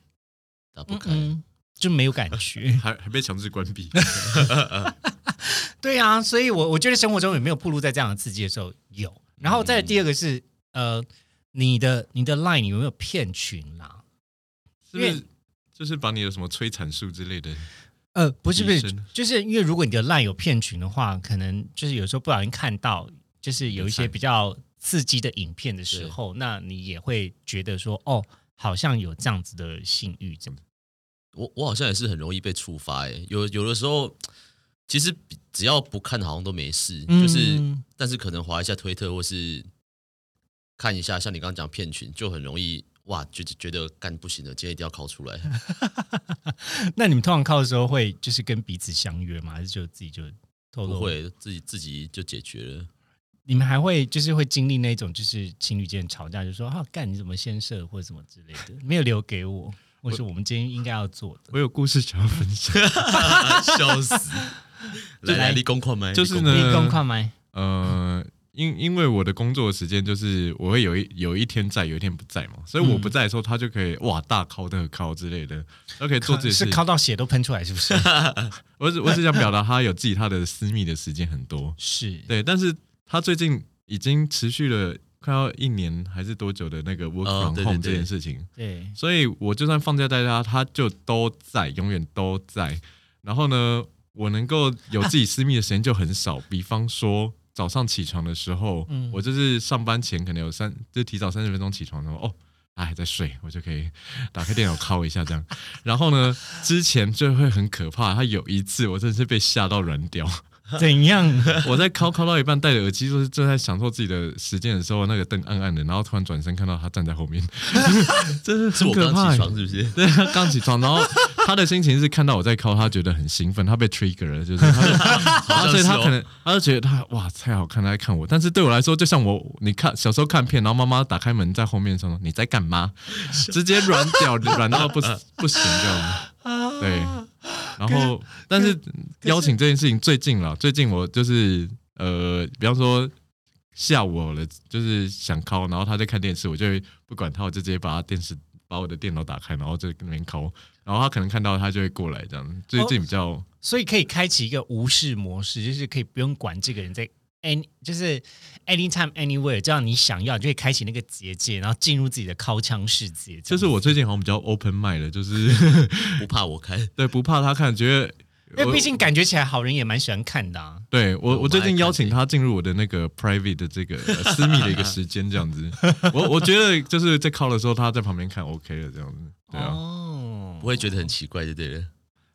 Speaker 3: 打不
Speaker 1: 嗯
Speaker 3: 开，
Speaker 1: 嗯，就没有感觉
Speaker 2: 还还被强制关闭。
Speaker 1: 对啊，所以我我觉得生活中有没有暴露在这样的刺激的时候有。然后再来第二个是、呃，你的你的 line 有没有骗群啦、
Speaker 2: 是不
Speaker 1: 因
Speaker 2: 是就是把你的什么催产素之类的？
Speaker 1: 呃，不是不
Speaker 2: 女
Speaker 1: 是
Speaker 2: 生，
Speaker 1: 就是因为如果你的 line 有骗群的话，可能就是有时候不小心看到，就是有一些比较刺激的影片的时候，那你也会觉得说，哦，好像有这样子的性欲，这样
Speaker 3: 我我好像也是很容易被触发诶、有有的时候其实比只要不看好像都没事，就是
Speaker 1: 嗯
Speaker 3: 但是可能滑一下推特或是看一下，像你刚刚讲骗群，就很容易哇，觉得觉得干不行了，今天一定要拷出来。
Speaker 1: 那你们通常靠的时候会就是跟彼此相约吗？还是就自己就透露？
Speaker 3: 不，会，自己自己就解决了。
Speaker 1: 你们还会就是会经历那种就是情侣间吵架，就说啊，干你怎么先射或者什么之类的，没有留给我，或是我们今天应该要做的。
Speaker 2: 我有故事想要分享，
Speaker 3: 笑死！ 来来，立功矿吗？
Speaker 2: 就是
Speaker 1: 你
Speaker 2: 呢
Speaker 1: 公快吗？
Speaker 2: 呃，因因为我的工作时间就是我会有一有一天在，有一天不在嘛，所以我不在的时候，他就可以哇大靠特靠之类的，他可以做自己
Speaker 1: 是
Speaker 2: 的事
Speaker 1: 靠
Speaker 2: 情。
Speaker 1: 到血都喷出来是不 是？
Speaker 2: 我只我只想表达他有自己他的私密的时间很 多，
Speaker 1: 是，
Speaker 2: 对，但是他最近已经持续了快要一年还是多久的那个 work
Speaker 3: 哦
Speaker 2: from
Speaker 3: 对对
Speaker 2: home
Speaker 3: 对
Speaker 2: 这件事情，
Speaker 1: 对，
Speaker 2: 所以我就算放假在家，他就都在，永远都在。然 后呢，我能够有自己私密的时间就很少。比方说早上起床的时候，
Speaker 1: 嗯
Speaker 2: 我就是上班前可能有三，就提早三十分钟起床，然后哦。他还在睡，我就可以打开电脑敲一 下这样。然后呢，之前就会很可怕。他有一次，我真的是被吓到软 掉。
Speaker 1: 怎样？
Speaker 2: 我在敲敲到一半，戴着耳机，就是正在享受自己的时间的时候，那个灯暗暗的，然后突然转身看到他站在 后面， 真是
Speaker 3: 是
Speaker 2: 很
Speaker 3: 我
Speaker 2: 可
Speaker 3: 刚
Speaker 2: 怕
Speaker 3: 起
Speaker 2: 欸。
Speaker 3: 床是不是？
Speaker 2: 对，他 刚起床，然后他的心情是看到我在敲，他觉得很兴奋，他被 trigger 了，就是 他就，然后所以他可能他就觉得他哇太好看，他在看我，但是对我来说，就像我你看小时候看片，然后妈妈打开门在后面说你在干嘛，直接软屌软到不不行这样子。对，然后但啊是邀请这件事情最近了，最近我就是呃，比方说下午好了，就是想敲，然后他在看电视，我就会不管他，我就直接把他电视把我的电脑打开，然后就在那边敲，然后他可能看到他就会过哦来这样。最近比较、
Speaker 1: 所以可以开启一个无视模式，就是可以不用管这个人在 any 就是 anytime anywhere，只要你想要，你就可以开启那个结界，然后进入自己的掏枪世界。
Speaker 2: 就是我最近好像比较 open mind 了，就是
Speaker 3: 不怕我看，
Speaker 2: 对不怕他看，觉得
Speaker 1: 这样，因为毕竟感觉起来好人也蛮喜欢看的啊。
Speaker 2: 对
Speaker 3: 我
Speaker 2: 我，我
Speaker 3: 蛮
Speaker 2: 最近
Speaker 3: 爱
Speaker 2: 邀
Speaker 3: 看
Speaker 2: 请
Speaker 3: 这个
Speaker 2: 他进入我的那个 private 的这个 呃私密的一个时间，这样子。我我觉得就是在 call 的时候，他在旁边看 OK 了，这样子。对啊，
Speaker 1: 哦
Speaker 3: 不，会觉得很奇怪就对了。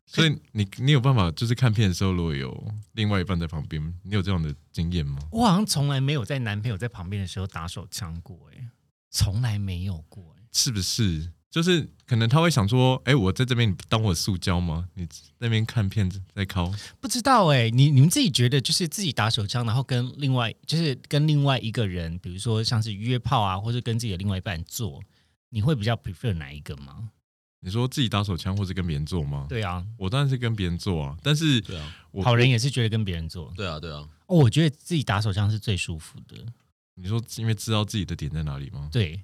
Speaker 2: 所以你你有办法就是看片的时候，如果有另外一半在旁边，你有这样的经验吗？
Speaker 1: 我好像从来没有在男朋友在旁边的时候打手枪过、欸，从来没有过、欸。
Speaker 2: 是不是？就是可能他会想说，哎、我在这边，你当我塑胶吗？你在那边看片在 call，
Speaker 1: 不知道哎、你你们自己觉得就是自己打手枪，然后跟另外就是跟另外一个人，比如说像是约炮啊，或者跟自己的另外一半做，你会比较 prefer 哪一个吗？
Speaker 2: 你说自己打手枪或是跟别人做吗？
Speaker 1: 对啊，
Speaker 2: 我当然是跟别人做啊，但是
Speaker 3: 对啊，
Speaker 2: 我
Speaker 1: 好人也是觉得跟别人做，
Speaker 3: 对啊，对啊，
Speaker 1: 哦，我觉得自己打手枪是最舒服的，
Speaker 2: 你说因为知道自己的点在哪里吗？
Speaker 1: 对，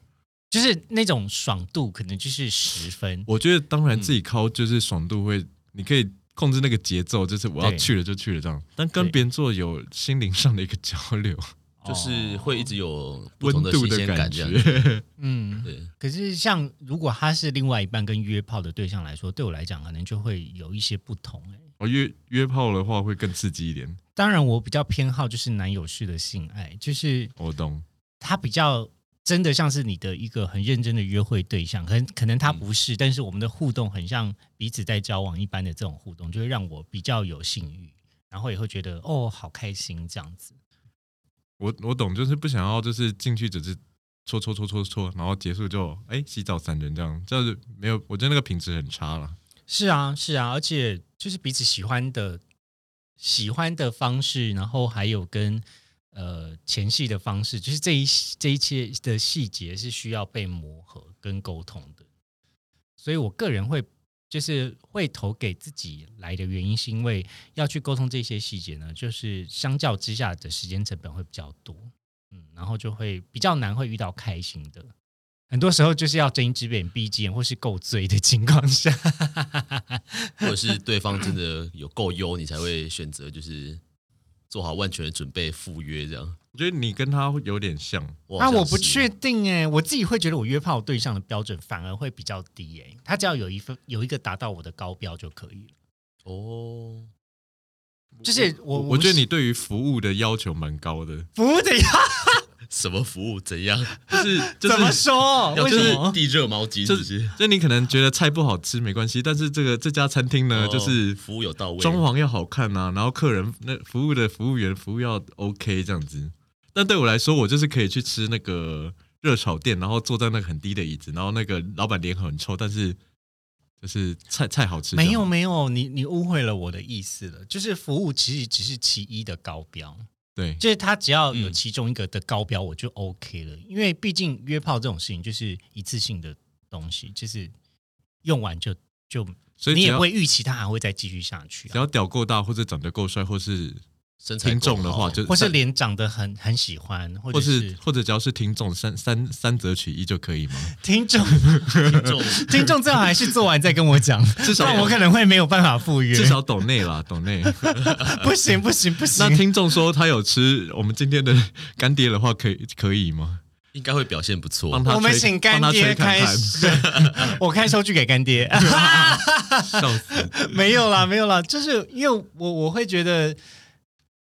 Speaker 1: 就是那种爽度可能就是十分，
Speaker 2: 我觉得当
Speaker 3: 嗯
Speaker 2: 然自己靠就是爽度会，你可以控制那个节奏，就是我要
Speaker 1: 对
Speaker 2: 去了就去了这样。但跟
Speaker 1: 对
Speaker 2: 别人做有心灵上的一个交流，
Speaker 3: 啊就是
Speaker 1: 哦
Speaker 3: 会一直有不
Speaker 2: 哦温
Speaker 3: 同的
Speaker 2: 度
Speaker 3: 新鲜
Speaker 2: 感
Speaker 3: 这样。
Speaker 2: 觉。
Speaker 1: 嗯。
Speaker 3: 对，
Speaker 1: 可是像如果他是另外一半跟约炮的对象来说，对我来讲可能就会有一些不同、欸。
Speaker 2: 我哦约约炮的话会更刺激一点，
Speaker 1: 当然，我比较偏好就是男友式的性爱，就是
Speaker 2: 我懂。
Speaker 1: 他比较真的像是你的一个很认真的约会对象，可能可能他不是，但是我们的互动很像彼此在交往一般的这种互动，就会让我比较有性欲，然后也会觉得哦好开心这样子。
Speaker 2: 我我懂，就是不想要，就是进去只是搓搓搓搓搓，然后结束就哎、洗澡三人这样，这样子没有，我觉得那个品质很差了。
Speaker 1: 是啊，是啊，而且就是彼此喜欢的喜欢的方式，然后还有跟呃前戏的方式，就是这一这一切的细节是需要被磨合跟沟通的。所以我个人会就是会投给自己来的原因，是因为要去沟通这些细节呢，就是相较之下的时间成本会比较多，嗯，然后就会比较难会遇到开心的。很多时候就是要睁一只眼闭一只眼，或是够醉的情况下，
Speaker 3: 或者是对方真的有够优，你才会选择就是做好万全的准备赴约这样。
Speaker 2: 我觉得你跟他有点像，
Speaker 3: 我好
Speaker 1: 那啊
Speaker 3: 像
Speaker 1: 我不
Speaker 3: 是
Speaker 1: 确定哎、我自己会觉得我约炮对象的标准反而会比较低哎、他只要有一份有一个达到我的高标就可以了。
Speaker 3: 哦，
Speaker 1: 就是我，
Speaker 2: 我我觉得你对于服务的要求蛮高的，
Speaker 1: 服务的要
Speaker 3: 什么服务怎样？
Speaker 2: 就是就
Speaker 1: 怎么
Speaker 2: 是。
Speaker 1: 说？
Speaker 3: 要
Speaker 1: 为
Speaker 3: 就是
Speaker 1: 什么？
Speaker 3: 地热毛巾，
Speaker 2: 就是
Speaker 3: 不是？
Speaker 2: 就你可能觉得菜不好吃没关系，但是这个这家餐厅
Speaker 3: 哦
Speaker 2: 呢，呃就是
Speaker 3: 服务有到位，
Speaker 2: 装潢要好看啊，然后客人那服务的服务员服务要 OK 这样子。但对我来说，我就是可以去吃那个热炒店，然后坐在那个很低的椅子，然后那个老板脸很臭，但是就是菜菜好吃。
Speaker 1: 没有
Speaker 2: 这样
Speaker 1: 没有，你你误会了我的意思了。就是服务其实只是其一的高标，
Speaker 2: 对，
Speaker 1: 就是他只要有其中一个的高标，我就 OK 了。因为毕竟约炮这种事情就是一次性的东西，就是用完就就
Speaker 2: 所以
Speaker 1: 你也
Speaker 2: 只要
Speaker 1: 不会预期他还会再继续下去、啊
Speaker 2: 只。要屌够大，或者长得够帅，或是
Speaker 3: 身材
Speaker 2: 听
Speaker 3: 够
Speaker 2: 众的
Speaker 3: 好
Speaker 2: 话，就
Speaker 1: 啊或是脸长得很很喜欢，或者
Speaker 2: 或
Speaker 1: 是
Speaker 2: 是或者只要是听众，三三三则取一就可以吗？
Speaker 1: 听众
Speaker 3: 听众
Speaker 1: 听众最好还是做完再跟我讲，
Speaker 2: 至
Speaker 1: 不
Speaker 2: 少
Speaker 1: 然我可能会没有办法赴约。
Speaker 2: 至少懂内啦，懂内。
Speaker 1: 不行不行不行
Speaker 2: 那，听众说他有吃我们今天的干爹的话，可以可 以吗？
Speaker 3: 应该会表现不错嗯
Speaker 2: 帮。他
Speaker 1: 我们
Speaker 2: 吹
Speaker 1: 请
Speaker 2: 帮
Speaker 1: 干
Speaker 2: 他
Speaker 1: 爹
Speaker 2: 吹看
Speaker 1: 开
Speaker 2: 看
Speaker 1: 始，我开收据给干爹。
Speaker 2: 笑死！
Speaker 1: 没有啦，没有啦，就是因为我我会觉得，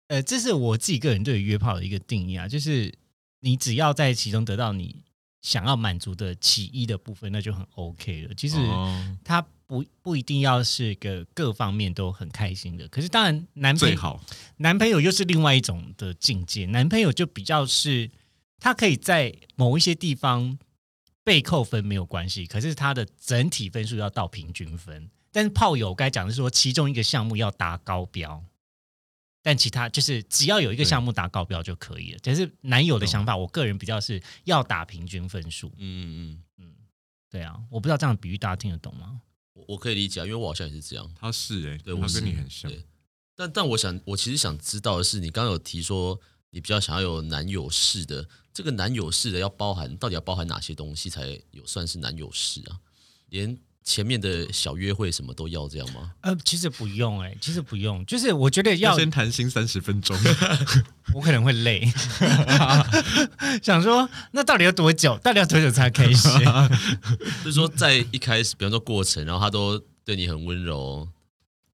Speaker 1: 呃，这是我自己个人对于约炮的一个定义啊，就是你只要在其中得到你想要满足的其一的部分，那就很 OK 了。其实
Speaker 2: 哦
Speaker 1: 它不不一定要是个各方面都很开心的，可是当然男朋
Speaker 2: 最
Speaker 1: 友
Speaker 2: 好
Speaker 1: 男朋友又是另外一种的境界，男朋友就比较是他可以在某一些地方被扣分没有关系，可是他的整体分数要到平均分。但是炮友该讲的是说，其中一个项目要达高标，但其他就是只要有一个项目达高标就可以了。但是男友的想法，我个人比较是要打平均分数。
Speaker 3: 嗯嗯嗯，
Speaker 1: 对啊，我不知道这样的比喻大家听得懂吗？
Speaker 3: 我我可以理解啊，因为我好像也是这样。
Speaker 2: 他是哎、
Speaker 3: 对，
Speaker 2: 他
Speaker 3: 我是
Speaker 2: 跟你很像。
Speaker 3: 对但但我想，我其实想知道的是，你刚刚有提说你比较想要有男友式的，这个男友式的要包含到底要包含哪些东西才有算是男友式啊？连前面的小约会什么都要这样吗？
Speaker 1: 呃，其实不用哎、其实不用，就是我觉得要
Speaker 2: 先谈心三十分钟，
Speaker 1: 我可能会累， 想说那到底要多久？到底要多久才开 始？
Speaker 3: 就是说在一开始，比方说过程，然后他都对你很温柔，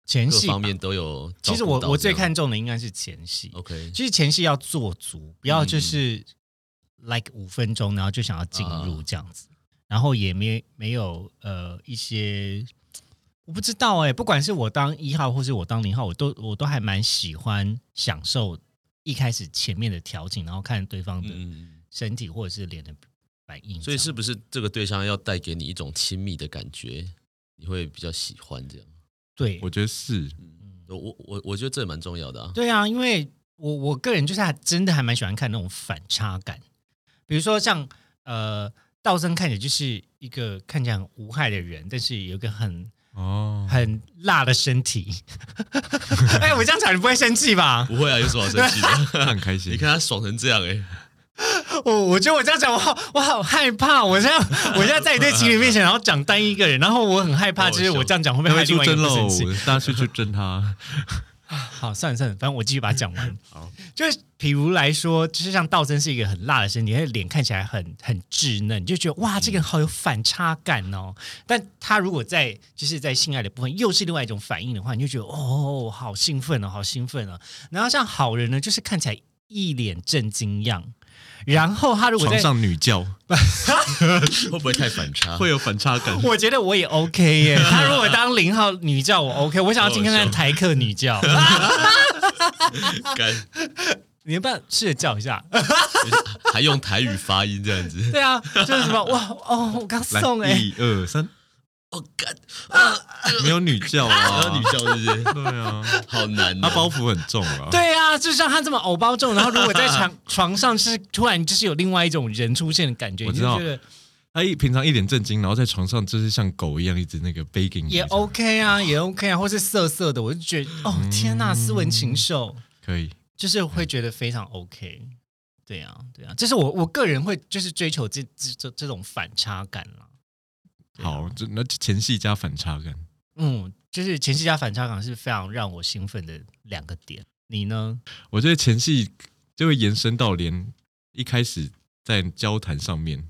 Speaker 1: 前
Speaker 3: 各
Speaker 1: 戏吧
Speaker 3: 方面都有照顾到这
Speaker 1: 其
Speaker 3: 样。
Speaker 1: 实我我最看重的应该是前戏，
Speaker 3: OK，嗯
Speaker 1: 其实前戏要做足，不要就是 like 五分钟，然后就想要进入
Speaker 3: 啊
Speaker 1: 这样子，然后也没没有呃一些我不知道哎、不管是我当一号或是我当零号，我都我都还蛮喜欢享受一开始前面的调情，然后看对方的
Speaker 3: 嗯，
Speaker 1: 身体或者是脸的反应这样，
Speaker 3: 所以是不是这个对象要带给你一种亲密的感觉，你会比较喜欢这样？
Speaker 1: 对
Speaker 2: 我觉得是
Speaker 3: 我我我我觉得这蛮重要的啊。
Speaker 1: 对啊，因为我我个人就是还真的还蛮喜欢看那种反差感，比如说像呃，道生看起来就是一个看起来很无害的人，但是有一个很
Speaker 2: 哦。
Speaker 1: 很辣的身体。 哎、我这样讲你不会生气吧？
Speaker 3: 不会啊，有什么好生气的？
Speaker 2: 他很开 心，
Speaker 3: 你看他爽成这样哎、
Speaker 1: 我我觉得我这样讲，我好我好害怕。我现在我现在在你对情侣面前，然后讲单一个人，然后我很害怕，就是我这样讲会不会
Speaker 2: 他
Speaker 1: 害
Speaker 2: 会
Speaker 1: 另
Speaker 2: 出
Speaker 1: 外一个人
Speaker 2: 征
Speaker 1: 不
Speaker 2: 喽
Speaker 1: 生气？，
Speaker 2: 大家去出征他。
Speaker 1: 好，算了算了，反正我继续把它讲 完。就是比如来说，就是像道真是一个很辣的身体，他的脸看起来很很稚嫩，你就觉得哇，这个人好有反差感哦。但他如果在就是在性爱的部分又是另外一种反应的话，你就觉得哦，好兴奋哦，好兴奋哦。然后像好人呢，就是看起来一脸震惊样。然后他如果
Speaker 2: 床
Speaker 1: 在，
Speaker 2: 上女教
Speaker 3: 会 不会太反差？
Speaker 2: 会有反差感，
Speaker 1: 我觉得我也 OK 耶。他如果当零号女教，我 OK。我想
Speaker 2: 哦
Speaker 1: 要今天看台客女 教，
Speaker 3: 干，
Speaker 1: 你要不要试着叫一下？
Speaker 3: 还用台语发音这样 子。
Speaker 1: 对啊，就是什么哇哦，我刚
Speaker 2: 来
Speaker 1: 送哎、欸，
Speaker 2: 一二三，
Speaker 3: 哦干，
Speaker 2: 没有女教
Speaker 3: 然后
Speaker 2: 啊
Speaker 3: 女，教是不是？
Speaker 2: 对啊，
Speaker 3: 好难、
Speaker 2: 他
Speaker 3: 啊，
Speaker 2: 包袱很重啊。
Speaker 1: 对啊，就像他这么偶包重，然后如果在 床床上是突然就是有另外一种人出现的感觉，
Speaker 2: 我
Speaker 1: 你
Speaker 2: 知
Speaker 1: 就
Speaker 2: 道
Speaker 1: 觉得
Speaker 2: 他一平常一脸正经，然后在床上就是像狗一样一直那个 begging，
Speaker 1: 也
Speaker 2: 你知道吗
Speaker 1: OK 啊，也 OK 啊，或是色色的，我就觉得哦
Speaker 2: 嗯
Speaker 1: 天呐，斯文禽兽，
Speaker 2: 可以。
Speaker 1: 就是会觉得非常 OK。对啊，对啊，这是我我个人会就是追求这这这这种反差感啦。对啊
Speaker 2: 好，这那前戏加反差感，
Speaker 1: 嗯，就是前戏加反差感是非常让我兴奋的两个点。你呢？
Speaker 2: 我觉得前戏就会延伸到连一开始在交谈上面，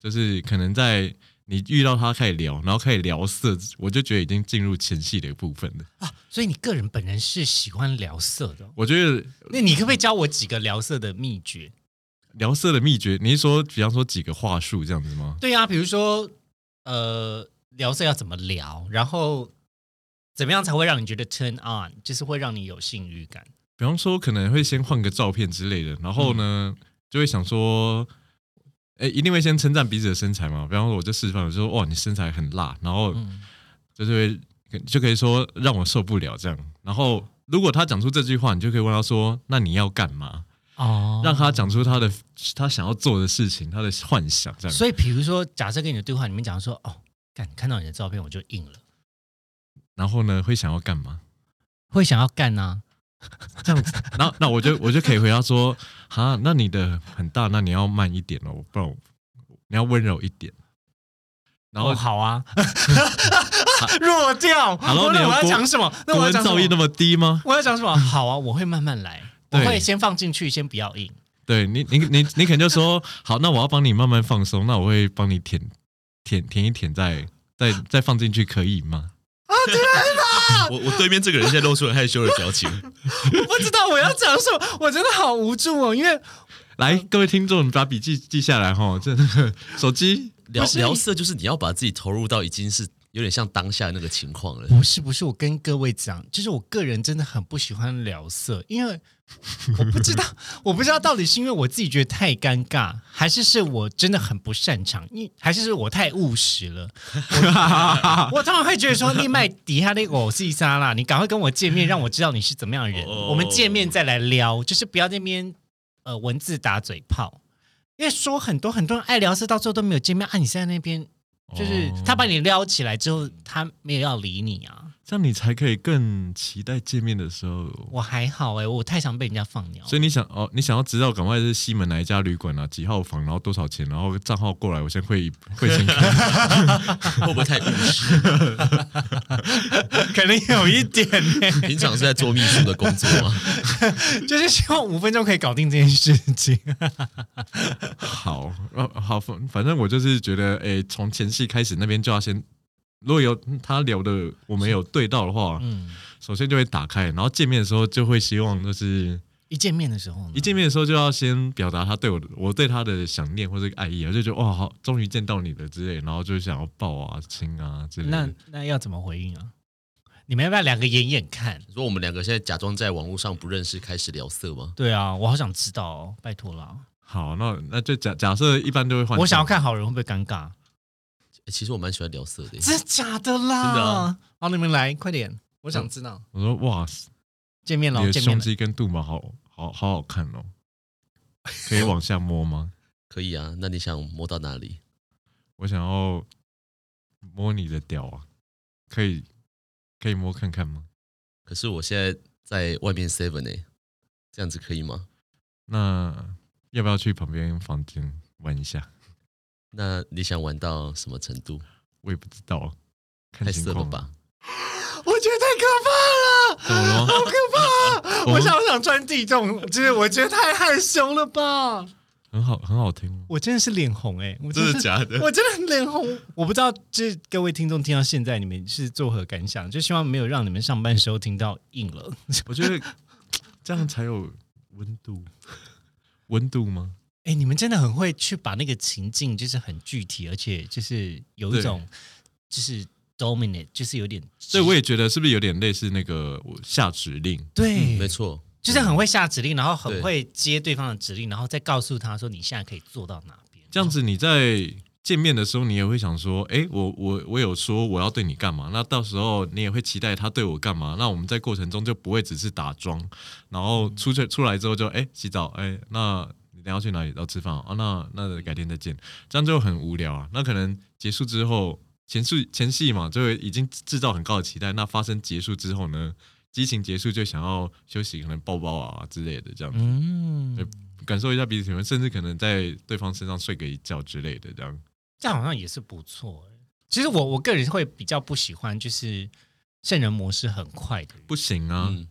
Speaker 2: 就是可能在你遇到他开始聊，然后开始聊色，我就觉得已经进入前戏的部分了。
Speaker 1: 所以你个人本人是喜欢聊色的哦、
Speaker 2: 我觉得
Speaker 1: 那你可不可以教我几个聊色的秘诀？
Speaker 2: 聊色的秘诀，你是说比方说几个话术这样子吗？
Speaker 1: 对啊，比如说，呃，聊色要怎么聊，然后怎么样才会让你觉得 turn on，就是会让你有性欲感。
Speaker 2: 比方说可能会先换个照片之类的，然后呢、就会想说，哎、一定会先称赞彼此的身材嘛。比方说我就示范，我就说哇你身材很辣，然后
Speaker 1: 嗯
Speaker 2: 就是会就可以说让我受不了这样。然后如果他讲出这句话，你就可以问他说，那你要干嘛？
Speaker 1: 哦
Speaker 2: 让他讲出他的他想要做的事情，他的幻想这样。
Speaker 1: 所以比如说，假设跟你的对话里面讲说，哦，干看到你的照片我就硬了，
Speaker 2: 然后呢，会想要干嘛？
Speaker 1: 会想要干啊。
Speaker 2: 这样子，那那我就我就可以回答说，哈，那你的很大，那你要慢一点哦，不然我你要温柔一点。然后
Speaker 1: 哦、好 啊，弱掉。
Speaker 2: Hello，
Speaker 1: 我那
Speaker 2: 你
Speaker 1: 我
Speaker 2: 的
Speaker 1: 要
Speaker 2: 国
Speaker 1: 讲什么？那我
Speaker 2: 国
Speaker 1: 要
Speaker 2: 文
Speaker 1: 讲什
Speaker 2: 造诣那
Speaker 1: 么？
Speaker 2: 么低吗？
Speaker 1: 我要讲什么？好啊，我会慢慢来，我
Speaker 2: 对
Speaker 1: 会先放进去，先不要硬。
Speaker 2: 对你，你你你可能就说，好，那我要帮你慢慢放松，那我会帮你舔舔舔一舔再，再再放进去，可以吗？
Speaker 3: 我我对面这个人现在露出很害羞的表情，
Speaker 1: 我不知道我要讲什么，我真的好无助哦，因为
Speaker 2: 来，各位听众，你把笔记记下来哈，这手机
Speaker 3: 聊
Speaker 1: 不是
Speaker 3: 聊色就是你要把自己投入到已经是有点像当下那个情 况了。
Speaker 1: 不是不是，我跟各位讲，就是我个人真的很不喜欢聊色，因为我不知道， 我不知道到底是因为我自己觉得太尴尬，还是是我真的很不擅长，你还是是我太务实了。我 我通常会觉得说，你卖底下那个我是沙啦，你赶快跟我见面，让我知道你是怎么样的人，
Speaker 3: 哦
Speaker 1: 我们见面再来聊，就是不要那边呃文字打嘴炮。因为说很多很多人爱聊色，到最后都没有见面啊！你现在那边就是
Speaker 2: 哦
Speaker 1: 他把你撩起来之后，他没有要理你啊。
Speaker 2: 这样你才可以更期待见面的时候。
Speaker 1: 我还好哎、我太想被人家放鸟了。
Speaker 2: 所以你想哦，你想要知道赶快是西门哪一家旅馆啊，几号房，然后多少钱，然后账号过来，我先 会会先看。
Speaker 3: 会不会太务 实？
Speaker 1: 可能有一点呢、
Speaker 3: 平常是在做秘书的工作吗？
Speaker 1: 就是希望五分钟可以搞定这件事情。啊
Speaker 2: 好，呃好，反反正我就是觉得，诶，从前戏开始那边就要先，如果有他聊的我们有对到的话，
Speaker 1: 嗯，
Speaker 2: 首先就会打开，然后见面的时候就会希望就是
Speaker 1: 一见面的时候呢，
Speaker 2: 一见面的时候就要先表达他对我的我对他的想念或者爱意啊，就觉得哇好，终于见到你了之类，然后就想要抱啊、亲啊之类
Speaker 1: 那
Speaker 2: 的。
Speaker 1: 那要怎么回应啊？你们要不要两个眼眼看？
Speaker 3: 你说我们两个现在假装在网络上不认识，开始聊色吗？
Speaker 1: 对啊，我好想知道、哦，拜托啦！
Speaker 2: 好，那那就假假设一般都会换。
Speaker 1: 我想要，看好人会不会尴尬？
Speaker 3: 欸其实我蛮喜欢聊色的欸耶，
Speaker 1: 真的假的啦？
Speaker 3: 真的啊
Speaker 1: 好，你们来，快点，我想知道。
Speaker 2: 我说哇，
Speaker 1: 见面
Speaker 2: 嗯你
Speaker 1: 了，
Speaker 2: 的
Speaker 1: 见面
Speaker 2: 胸
Speaker 1: 了。
Speaker 2: 肌跟肚毛好好好好看哦，可以往下摸吗？
Speaker 3: 可以啊。那你想摸到哪里？
Speaker 2: 我想要摸你的屌啊，可以可以摸看看吗？
Speaker 3: 可是我现在在外面 seven 哎、这样子可以吗？
Speaker 2: 那要不要去旁边房间玩一下？
Speaker 3: 那你想玩到什么程度？
Speaker 2: 我也不知道啊，看
Speaker 3: 太
Speaker 2: 情
Speaker 3: 色了
Speaker 2: 况
Speaker 3: 吧？？
Speaker 1: 我觉得太可怕了，
Speaker 2: 怎么了吗？
Speaker 1: 好可怕！啊
Speaker 2: 我
Speaker 1: 我想我想穿地洞，就是我觉得太害羞了吧？
Speaker 2: 很好，很好听哦。
Speaker 1: 我真的是脸红哎、我真的是。
Speaker 3: 假 的？
Speaker 1: 我真的很脸红，我不知道，就是各位听众听到现在，你们是作何感想？就希望没有让你们上班时候听到硬了。
Speaker 2: 我觉得这样才有温度，温度吗？
Speaker 1: 哎、你们真的很会去把那个情境，就是很具体，而且就是有一
Speaker 2: 对
Speaker 1: 种就是 dominate，就是有点
Speaker 2: 所以我也觉得是不是有点类似那个我下指令？
Speaker 1: 对，
Speaker 3: 没错，
Speaker 1: 就是很会下指令，然后很
Speaker 3: 对
Speaker 1: 会接嗯对方的指令，然后再告诉他说你现在可以做到哪边。
Speaker 2: 这样子你在见面的时候，你也会想说，诶，我我我有说我要对你干嘛？那到时候你也会期待他对我干嘛？那我们在过程中就不会只是打桩，然后出去出来之后就诶，洗澡，诶，那。你要去哪里？要吃饭哦啊？那那改天再见，这样就很无聊啊。那可能结束之后，前戏前戏嘛，就会已经制造很高的期待。那发生结束之后呢，激情结束就想要休息，可能抱抱啊之类的，这样子。
Speaker 1: 嗯，
Speaker 2: 感受一下彼此体温，甚至可能在对方身上睡个一觉之类的，这样
Speaker 1: 这样好像也是不错欸。其实我我个人会比较不喜欢，就是圣人模式很快的人。
Speaker 2: 不行啊。
Speaker 3: 嗯，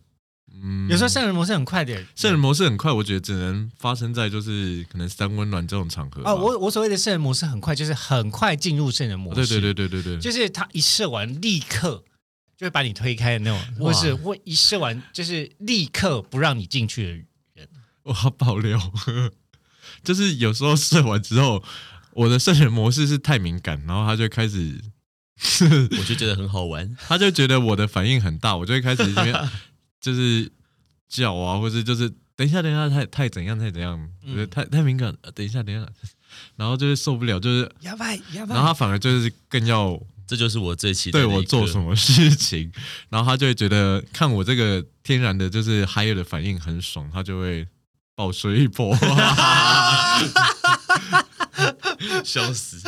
Speaker 2: 嗯，
Speaker 1: 有时候圣人模式很快的人，
Speaker 2: 圣人模式很快，我觉得只能发生在就是可能三温暖这种场合吧
Speaker 1: 哦，我我所谓的圣人模式很快，就是很快进入圣人模
Speaker 2: 哦
Speaker 1: 式。
Speaker 2: 对对对对对对，
Speaker 1: 就是他一射完立刻就会把你推开的那种，或
Speaker 3: 哇
Speaker 1: 是或一射完就是立刻不让你进去的人。
Speaker 2: 我要爆料， 就是有时候射完之后，我的圣人模式是太敏感，然后他就开始，。
Speaker 3: 我就觉得很好玩
Speaker 2: 他就觉得我的反应很大，我就会开始 这边就是叫啊，或是就是等一下等一下太太怎样太怎样，我觉
Speaker 1: 嗯
Speaker 2: 得太太敏感，呃等一下等一下，然后就是受不了，就是
Speaker 1: 要不要
Speaker 2: 然后他反而就是更要
Speaker 3: 这就是我最期待的
Speaker 2: 对我
Speaker 3: 一
Speaker 2: 做
Speaker 3: 个
Speaker 2: 什么事情，然后他就会觉得看我这个天然的就是嗨的反应很爽，他就会暴睡 一波。
Speaker 3: 笑死。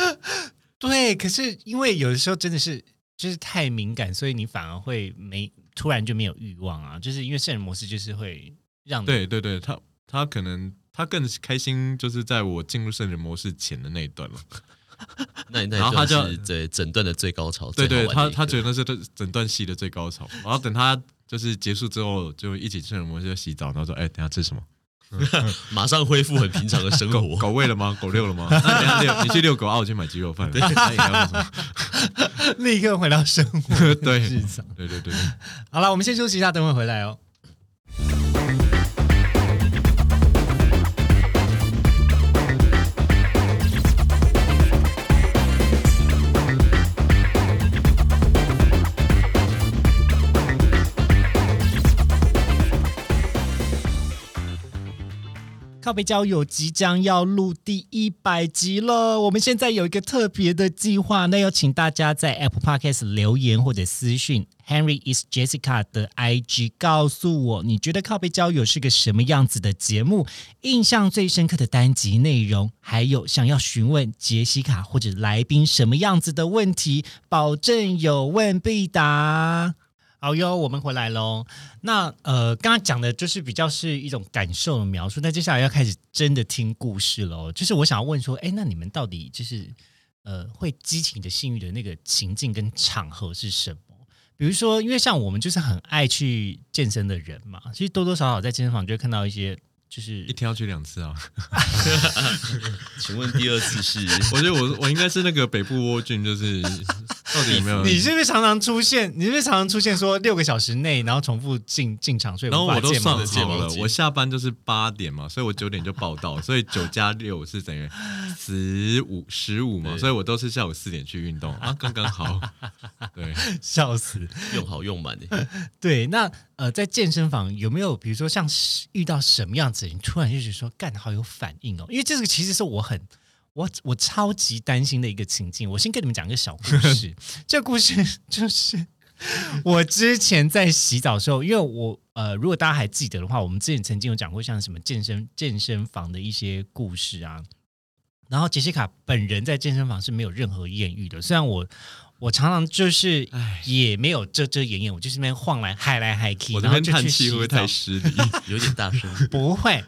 Speaker 1: 对，可是因为有的时候真的是就是太敏感，所以你反而会没突然就没有欲望啊，就是因为圣人模式就是会让你
Speaker 2: 对对对，他他可能他更开心，就是在我进入圣人模式前的那一段了。
Speaker 3: 那那
Speaker 2: 然后他
Speaker 3: 一段
Speaker 2: 就是
Speaker 3: 对整段的最高潮，
Speaker 2: 对对，他他
Speaker 3: 觉得
Speaker 2: 觉得那是他整段戏的最高潮。然后等他就是结束之后，就一起圣人模式就洗澡，然后说：“哎，等一下吃什么？
Speaker 3: 马上恢复很平常的生
Speaker 2: 狗
Speaker 3: 活。
Speaker 2: 狗喂了吗？狗遛了吗？那等一下遛，你去遛狗啊，我去买鸡肉饭。那你要吃什 么
Speaker 1: 立刻回到生活
Speaker 2: 对
Speaker 1: 日常。
Speaker 2: 对对对。”
Speaker 1: 好了，我们先休息一下，等会回来哦。靠背交友即将要录第一百集了，我们现在有一个特别的计划，那要请大家在 Apple Podcast 留言或者私讯 Henry is Jessica 的 IG，告诉我你觉得靠背交友是个什么样子的节目，印象最深刻的单集内容，还有想要询问杰西卡或者来宾什么样子的问题，保证有问必答。好哟，我们回来喽。那呃，刚刚讲的就是比较是一种感受的描述，那接下来要开始真的听故事喽。就是我想要问说，哎，那你们到底就是呃会激起你的性欲的那个情境跟场合是什么？比如说，因为像我们就是很爱去健身的人嘛，其实多多少少在健身房就会看到一些就是
Speaker 2: 一天要去两次啊！
Speaker 3: 请问第二次是？
Speaker 2: 我觉得我我应该是那个北部窝 菌，就是到底有没有？
Speaker 1: 你是不是常常出现？你是不是常常出现说六个小时内，然后重复进进场，所以
Speaker 2: 然后
Speaker 1: 无法
Speaker 2: 我都
Speaker 1: 健
Speaker 2: 算
Speaker 1: 忘的
Speaker 2: 好了
Speaker 1: 健忘，
Speaker 2: 我下班就是八点嘛，所以我九点就报到，所以九加六是等于十五十五嘛，
Speaker 3: 对
Speaker 2: 所以我都是下午四点去运动啊，刚 刚好。对，
Speaker 1: 笑死。
Speaker 3: 用好用满欸的，
Speaker 1: 对，那呃，在健身房有没有比如说像是遇到什么样子的人，你突然就觉得说干好有反应哦？因为这个其实是我很我我超级担心的一个情境。我先跟你们讲一个小故 事，这个故事就是。我之前在洗澡的时候，因为我呃，如果大家还记得的话，我们之前曾经有讲过像什么健身健身房的一些故事啊。然后杰西卡本人在健身房是没有任何艳遇的，虽然我我常常就是也没有遮遮掩掩，我就是那边晃来嗨来嗨去，
Speaker 2: 我这
Speaker 1: 然后
Speaker 2: 边
Speaker 1: 就
Speaker 2: 叹
Speaker 1: 去
Speaker 2: 气
Speaker 1: 洗
Speaker 2: 会不会
Speaker 1: 澡
Speaker 2: 太失礼？
Speaker 3: 有点大声。
Speaker 1: 不会。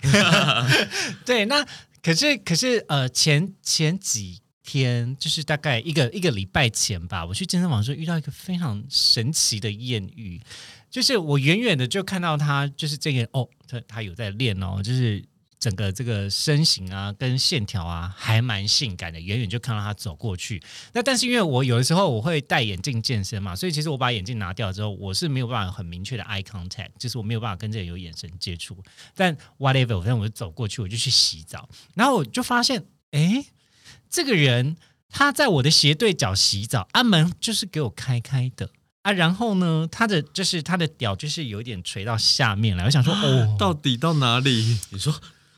Speaker 1: 对，那可是可是呃，前前几天就是大概一个一个礼拜前吧，我去健身房的时候遇到一个非常神奇的艳遇，就是我远远的就看到他，就是这个哦，他他有在练哦，就是。整个这个身形啊，跟线条啊，还蛮性感的。远远就看到他走过去，那但是因为我有的时候我会戴眼镜健身嘛，所以其实我把眼镜拿掉之后，我是没有办法很明确的 eye contact，就是我没有办法跟这个人有眼神接触。但 whatever，反正我就走过去，我就去洗澡，然后我就发现，诶，这个人他在我的斜对角洗澡，啊门就是给我开开的。啊，然后呢，他的就是他的屌就是有一点垂到下面来，我想说，哦，
Speaker 2: 啊到底到 哪里？
Speaker 3: 你说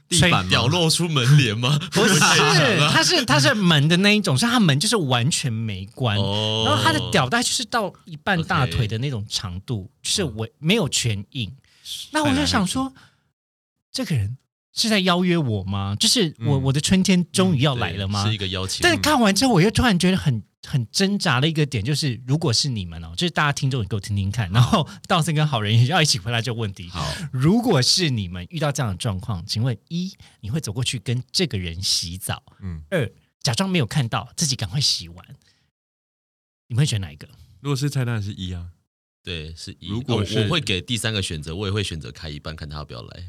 Speaker 2: 地板吗
Speaker 3: 表露出门帘吗？
Speaker 1: 不是，
Speaker 3: 了
Speaker 1: 他是他是门的那一种，所以他门就是完全没关，
Speaker 3: 哦
Speaker 1: 然后他的屌带就是到一半大腿的那种长度，就是
Speaker 3: 嗯
Speaker 1: 我没有全硬。那我就想说，这个人是在邀约我吗？就是我、
Speaker 2: 嗯
Speaker 1: 我的春天终于要来了吗？
Speaker 3: 是一个邀请
Speaker 1: 但，是看完之后，我又突然觉得很很挣扎的一个点，就是如果是你们哦，就是大家听众，你给我听听看，然后 道森跟好人也要一起回答这个问题。
Speaker 2: 好，
Speaker 1: 如果是你们遇到这样的状况，请问一，你会走过去跟这个人洗澡？
Speaker 2: 嗯，
Speaker 1: 二，假装没有看到，自己赶快洗完。你们会选哪一 个？
Speaker 2: 如果是菜单是一啊，
Speaker 3: 对，是一。
Speaker 2: 如果
Speaker 3: 哦
Speaker 2: 是
Speaker 3: 我会给第三个选择，我也会选择开一半，看他要不要来。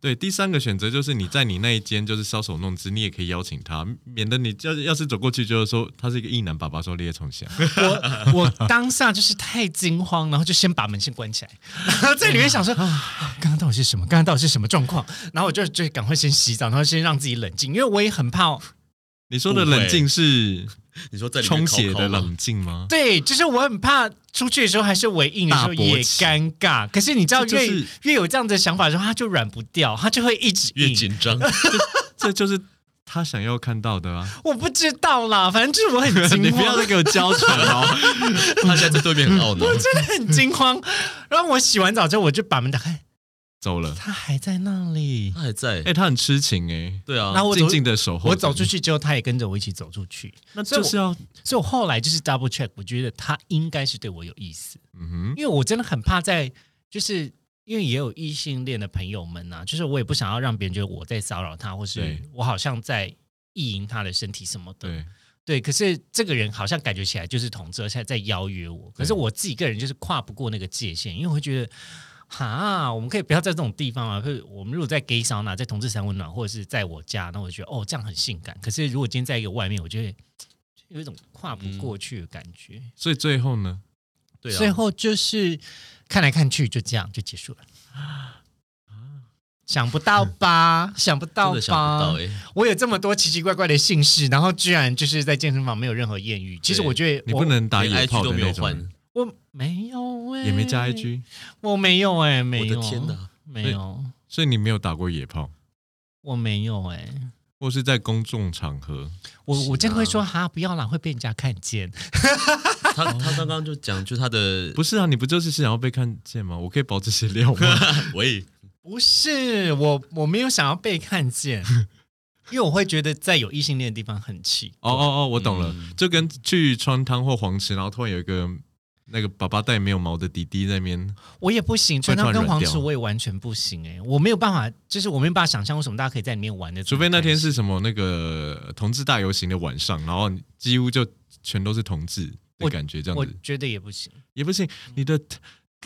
Speaker 2: 对，第三个选择就是你在你那一间就是搔首弄姿，你也可以邀请他，免得你要要是走过去就是说他是一个异男爸爸，说你也从下。
Speaker 1: 我我当下就是太惊慌，然后就先把门先关起来， 然后在里面 想说，啊刚刚到底是什么？刚刚到底是什么状况？然后我就就赶快先洗澡，然后先让自己冷静，因为我也很 怕。
Speaker 2: 你说的冷静是
Speaker 3: 你说在里面嗯
Speaker 2: 充
Speaker 3: 靠
Speaker 2: 血
Speaker 3: 靠
Speaker 2: 的
Speaker 3: 吗
Speaker 2: 冷静 吗？
Speaker 1: 对，就是我很怕出去的时候还是围硬的时候
Speaker 2: 大勃
Speaker 1: 也
Speaker 2: 起
Speaker 1: 尴尬。可是你知道，
Speaker 2: 这
Speaker 1: 越
Speaker 2: 就是
Speaker 1: 越有这样的想法的时候，他就软不掉，他就会一直
Speaker 3: 越
Speaker 1: 硬。
Speaker 3: 紧 张，
Speaker 2: 这就是他想要看到的 啊！
Speaker 1: 我不知道啦，反正就是我很 惊
Speaker 2: 你 不要
Speaker 1: 慌
Speaker 2: 再，给我娇喘哦！
Speaker 3: 他现在在对面很懊恼。
Speaker 1: 真的很惊慌。然后我洗完澡之后，我就把门打开，
Speaker 2: 走了，
Speaker 1: 他还在那里。
Speaker 3: 他还在
Speaker 2: 哎、， 他很痴情哎、
Speaker 3: 对啊，
Speaker 1: 那我走
Speaker 2: 静，静的守候。
Speaker 1: 我走出，去之后，他也跟着我一起走出去。
Speaker 2: 那
Speaker 1: 所以
Speaker 2: 就
Speaker 1: 我
Speaker 2: 是要，
Speaker 1: 所以我后来就是 double check，我觉得他应该是对我有意思，
Speaker 2: 嗯哼，
Speaker 1: 因为我真的很怕在，就是因为也有异性恋的朋友们呐、就是我也不想要让别人觉得我在骚扰他，或是
Speaker 2: 对
Speaker 1: 我好像在意淫他的身体什么的。
Speaker 2: 对，
Speaker 1: 对，可是这个人好像感觉起来就是同志，而且在邀约我。可是我自己个人就是跨不过那个界限，因为我会觉得，哈，我们可以不要在这种地方啊。就是我们如果在 gay 桑拿、在同志三温暖，或者是在我家，那我就觉得哦，这样很性感。可是如果今天在一个外面，我就会有一种跨不过去的感觉。
Speaker 2: 所以最后呢，
Speaker 3: 嗯对啊，
Speaker 1: 最后就是看来看去，就这样就结束了。
Speaker 3: 啊
Speaker 1: 想不到吧？想不到吧？
Speaker 3: 真的想不到哎，
Speaker 1: 我有这么多奇奇怪怪的姓氏，然后居然就是在健身房没有任何艳遇。其实我觉得
Speaker 2: 你
Speaker 1: 我
Speaker 2: 不，能打
Speaker 3: 连
Speaker 2: 野
Speaker 3: IG
Speaker 2: 炮
Speaker 3: 都
Speaker 2: 的
Speaker 3: 没
Speaker 2: 那
Speaker 3: 有
Speaker 2: 种
Speaker 3: 换，
Speaker 2: 人，
Speaker 1: 我没有哎、
Speaker 2: 也没加 IG，
Speaker 1: 我没有哎、
Speaker 3: 我
Speaker 1: 没有，
Speaker 3: 的天哪！
Speaker 1: 没有，
Speaker 2: 所以你没有打过野炮，
Speaker 1: 我没有哎、
Speaker 2: 或是在公众场合，
Speaker 1: 我
Speaker 3: 是啊
Speaker 1: 我真的会说哈，不要啦，会被人家看见。
Speaker 3: 他他刚刚就讲，就他的
Speaker 2: 不是啊？你不就是想要被看见吗？我可以保这些料吗？
Speaker 3: 喂，
Speaker 1: 不是我，我没有想要被看见， 因为我会觉得在有异性恋的地方很气。
Speaker 2: 哦哦哦，我懂了，
Speaker 3: 嗯
Speaker 2: 就跟去川汤或黄池，然后突然有一个那个爸爸带没有毛的弟弟在那边，
Speaker 1: 我也不行，
Speaker 2: 会
Speaker 1: 穿
Speaker 2: 突
Speaker 1: 到
Speaker 2: 然
Speaker 1: 跟
Speaker 2: 软
Speaker 1: 黄
Speaker 2: 掉
Speaker 1: 池我也完全不行哎、我没有办法，就是我没有办法想象为什么大家可以在里面玩的，
Speaker 2: 除非那天是什么那个呃同志大游行的晚上，然后几乎就全都是同志的感觉，这样
Speaker 1: 我
Speaker 2: 子
Speaker 1: 觉得也不行，
Speaker 2: 也不行。你的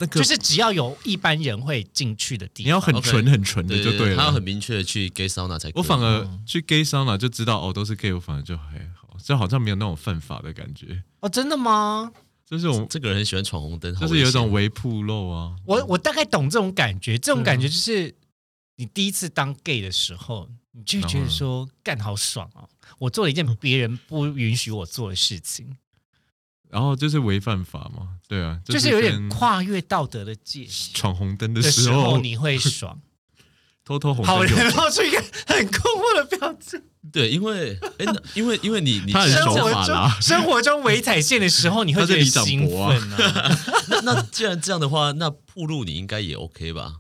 Speaker 2: 那个
Speaker 1: 就是只要有一般人会进去的地
Speaker 2: 你
Speaker 1: 方，
Speaker 2: 要很
Speaker 3: OK
Speaker 2: 纯很纯的
Speaker 3: 对
Speaker 2: 就
Speaker 3: 对
Speaker 2: 对
Speaker 3: 他要
Speaker 2: 了
Speaker 3: 很。明确的去 gay sauna 才可以。
Speaker 2: 我反而
Speaker 1: 嗯
Speaker 2: 去 gay 商了就知道哦，都是 gay，我反而就还好，就好像没有那种犯法的感觉，
Speaker 1: 哦，真的吗？
Speaker 2: 就是我
Speaker 3: 这个人很喜欢闯红灯，好
Speaker 2: 就
Speaker 3: 危
Speaker 2: 是有一种
Speaker 3: 险
Speaker 2: 微铺漏啊。
Speaker 1: 我我大概懂这种感觉，这种
Speaker 2: 对啊
Speaker 1: 感觉就是你第一次当 gay 的时候，你就会觉得说干好爽哦，我做了一件别人不允许我做的事情，
Speaker 2: 然后就是违犯法嘛，对啊，
Speaker 1: 就是有点
Speaker 2: 跟
Speaker 1: 跨越道德的界限
Speaker 2: 闯红灯的
Speaker 1: 的
Speaker 2: 时
Speaker 1: 时候，
Speaker 2: 候，
Speaker 1: 你会 爽。
Speaker 2: 偷偷红
Speaker 1: 好，
Speaker 2: 灯有
Speaker 1: 人露出一个很困惑的表 情。
Speaker 3: 对，因为哎，那因为因为你你
Speaker 2: 他很
Speaker 3: 这样
Speaker 1: 生
Speaker 2: 守
Speaker 1: 活
Speaker 2: 法啦
Speaker 1: 中生活中围踩线的时候，你会觉得
Speaker 2: 他是李
Speaker 1: 兴奋
Speaker 2: 长博啊
Speaker 1: 啊。
Speaker 3: 那那既然这样的话，那铺路你应该也 OK 吧？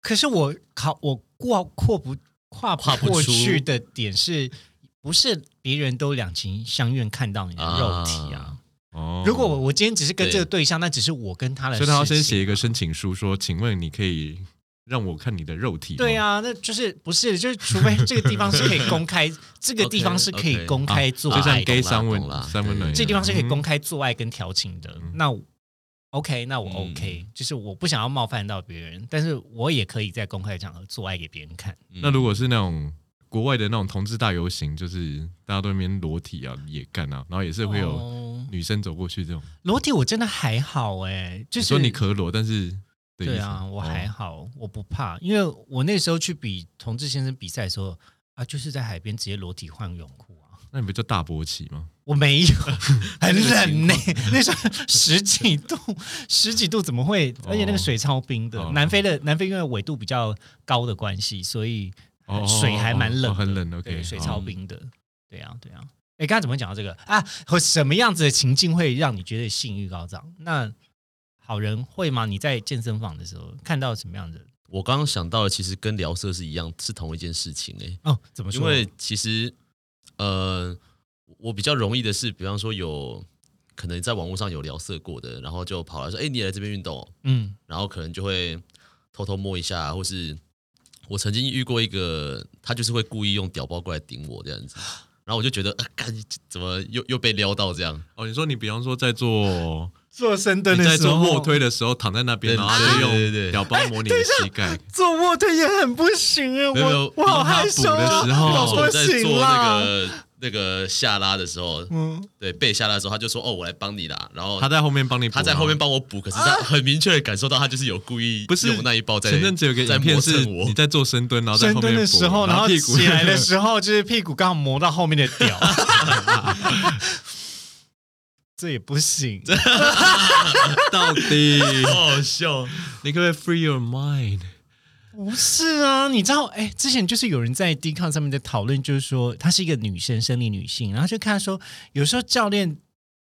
Speaker 1: 可是我考我过过不跨不
Speaker 3: 跨不
Speaker 1: 过
Speaker 3: 出
Speaker 1: 去的点是，不是别人都两情相愿看到你的肉体啊？
Speaker 2: 哦
Speaker 1: 如果我我今天只是跟这个对象，那只是我跟他的事
Speaker 2: 所
Speaker 1: 情，
Speaker 2: 以他要先写一个申请书，说：“请问你可以让我看你的肉体吗？”
Speaker 1: 对啊，那就是不是就是，除非这个地方是可以公开，这个地方是可以
Speaker 3: OK，OK
Speaker 1: 公开做
Speaker 2: 啊，
Speaker 1: 爱
Speaker 2: 就
Speaker 1: 的，
Speaker 2: 像 gay
Speaker 3: 懂啦懂
Speaker 2: 三
Speaker 3: 啦
Speaker 2: 文三文啊
Speaker 3: 对
Speaker 2: 人，
Speaker 1: 这地方是可以公开做爱跟调情的。
Speaker 2: 嗯
Speaker 1: 那我 OK，那我
Speaker 3: 嗯
Speaker 1: OK，、就是我不想要冒犯到别人，但是我也可以在公开场合做爱给别人看。
Speaker 2: 嗯。那如果是那种国外的那种同志大游行，就是大家都在那边裸体啊、野干啊，然后也是会有
Speaker 1: 哦
Speaker 2: 女生走过去这种。
Speaker 1: 裸体，我真的还好哎、就
Speaker 2: 你
Speaker 1: 是
Speaker 2: 说你可裸，但是的意
Speaker 1: 对
Speaker 2: 思
Speaker 1: 啊，我还
Speaker 2: 哦
Speaker 1: 好，我不怕，因为我那时候去比同志先生比赛的时候啊，就是在海边直接裸体换泳裤啊。
Speaker 2: 那你不就大勃起吗？
Speaker 1: 我 没有，很冷呢、那时候十几度，十几度怎么会？而且那个水超冰的。
Speaker 2: 哦
Speaker 1: 南非的南非因为纬度比较高的关系，所以
Speaker 2: 哦，
Speaker 1: 水还蛮冷的
Speaker 2: 哦很冷。OK，
Speaker 1: 对水
Speaker 2: 好
Speaker 1: 超冰的。对啊，对啊。哎，刚才怎么讲到这个啊？和什么样子的情境会让你觉得性欲高涨？那好人会吗？你在健身房的时候看到什么样子？
Speaker 3: 我刚刚想到的，其实跟聊色是一样，是同一件事情哎、
Speaker 1: 哦，怎么说？
Speaker 3: 因为其实呃，我比较容易的是，比方说有可能在网络上有聊色过的，然后就跑来说，哎、你也来这边运动哦、
Speaker 1: 嗯，
Speaker 3: 然后可能就会偷偷摸一下，或是我曾经遇过一个，他就是会故意用屌包过来顶我这样子，然后我就觉得，呃，干怎么又又被撩到这样？
Speaker 2: 哦，你说你比方说在做
Speaker 1: 做深
Speaker 2: 你
Speaker 1: 蹲
Speaker 2: 在做卧推的时候躺在那边，
Speaker 3: 对
Speaker 2: 然后就
Speaker 3: 对对对
Speaker 2: 用 屌包磨你的膝盖。
Speaker 1: 做卧推也很不行啊，
Speaker 3: 没有没有
Speaker 1: 我我好害羞啊，
Speaker 2: 比方他补的时候
Speaker 1: 我
Speaker 3: 就是我在
Speaker 1: 行
Speaker 3: 做那
Speaker 1: 啦。
Speaker 3: 个那个下拉的时候，
Speaker 1: 嗯，
Speaker 3: 对被下拉的时候，他就说：“哦，我来帮你啦。”然后
Speaker 2: 他
Speaker 3: 他
Speaker 2: 在后面帮你补
Speaker 3: 他
Speaker 2: 啊，
Speaker 3: 在后面帮我补，可是他很明确的感受到他就是有故意
Speaker 2: 不是
Speaker 3: 用那一包在
Speaker 2: 前阵子有个
Speaker 3: 在磨
Speaker 2: 影片是
Speaker 3: 蹭我
Speaker 2: 你，在做深蹲，然后在
Speaker 1: 深
Speaker 2: 后
Speaker 1: 蹲
Speaker 2: 面
Speaker 1: 的
Speaker 2: 补啊
Speaker 1: 时候，然
Speaker 2: 然
Speaker 1: 后
Speaker 2: 屁股
Speaker 1: 起来的时候，就是屁股刚好磨到后面的屌，这也不行。
Speaker 2: 到底，
Speaker 3: 好好笑。
Speaker 2: 你可不可以 free your mind？
Speaker 1: 不是啊，你知道，哎、之前就是有人在 d c o n 上面在讨论，就是说她是一个女生，生理女性，然后就看她说，有时候教练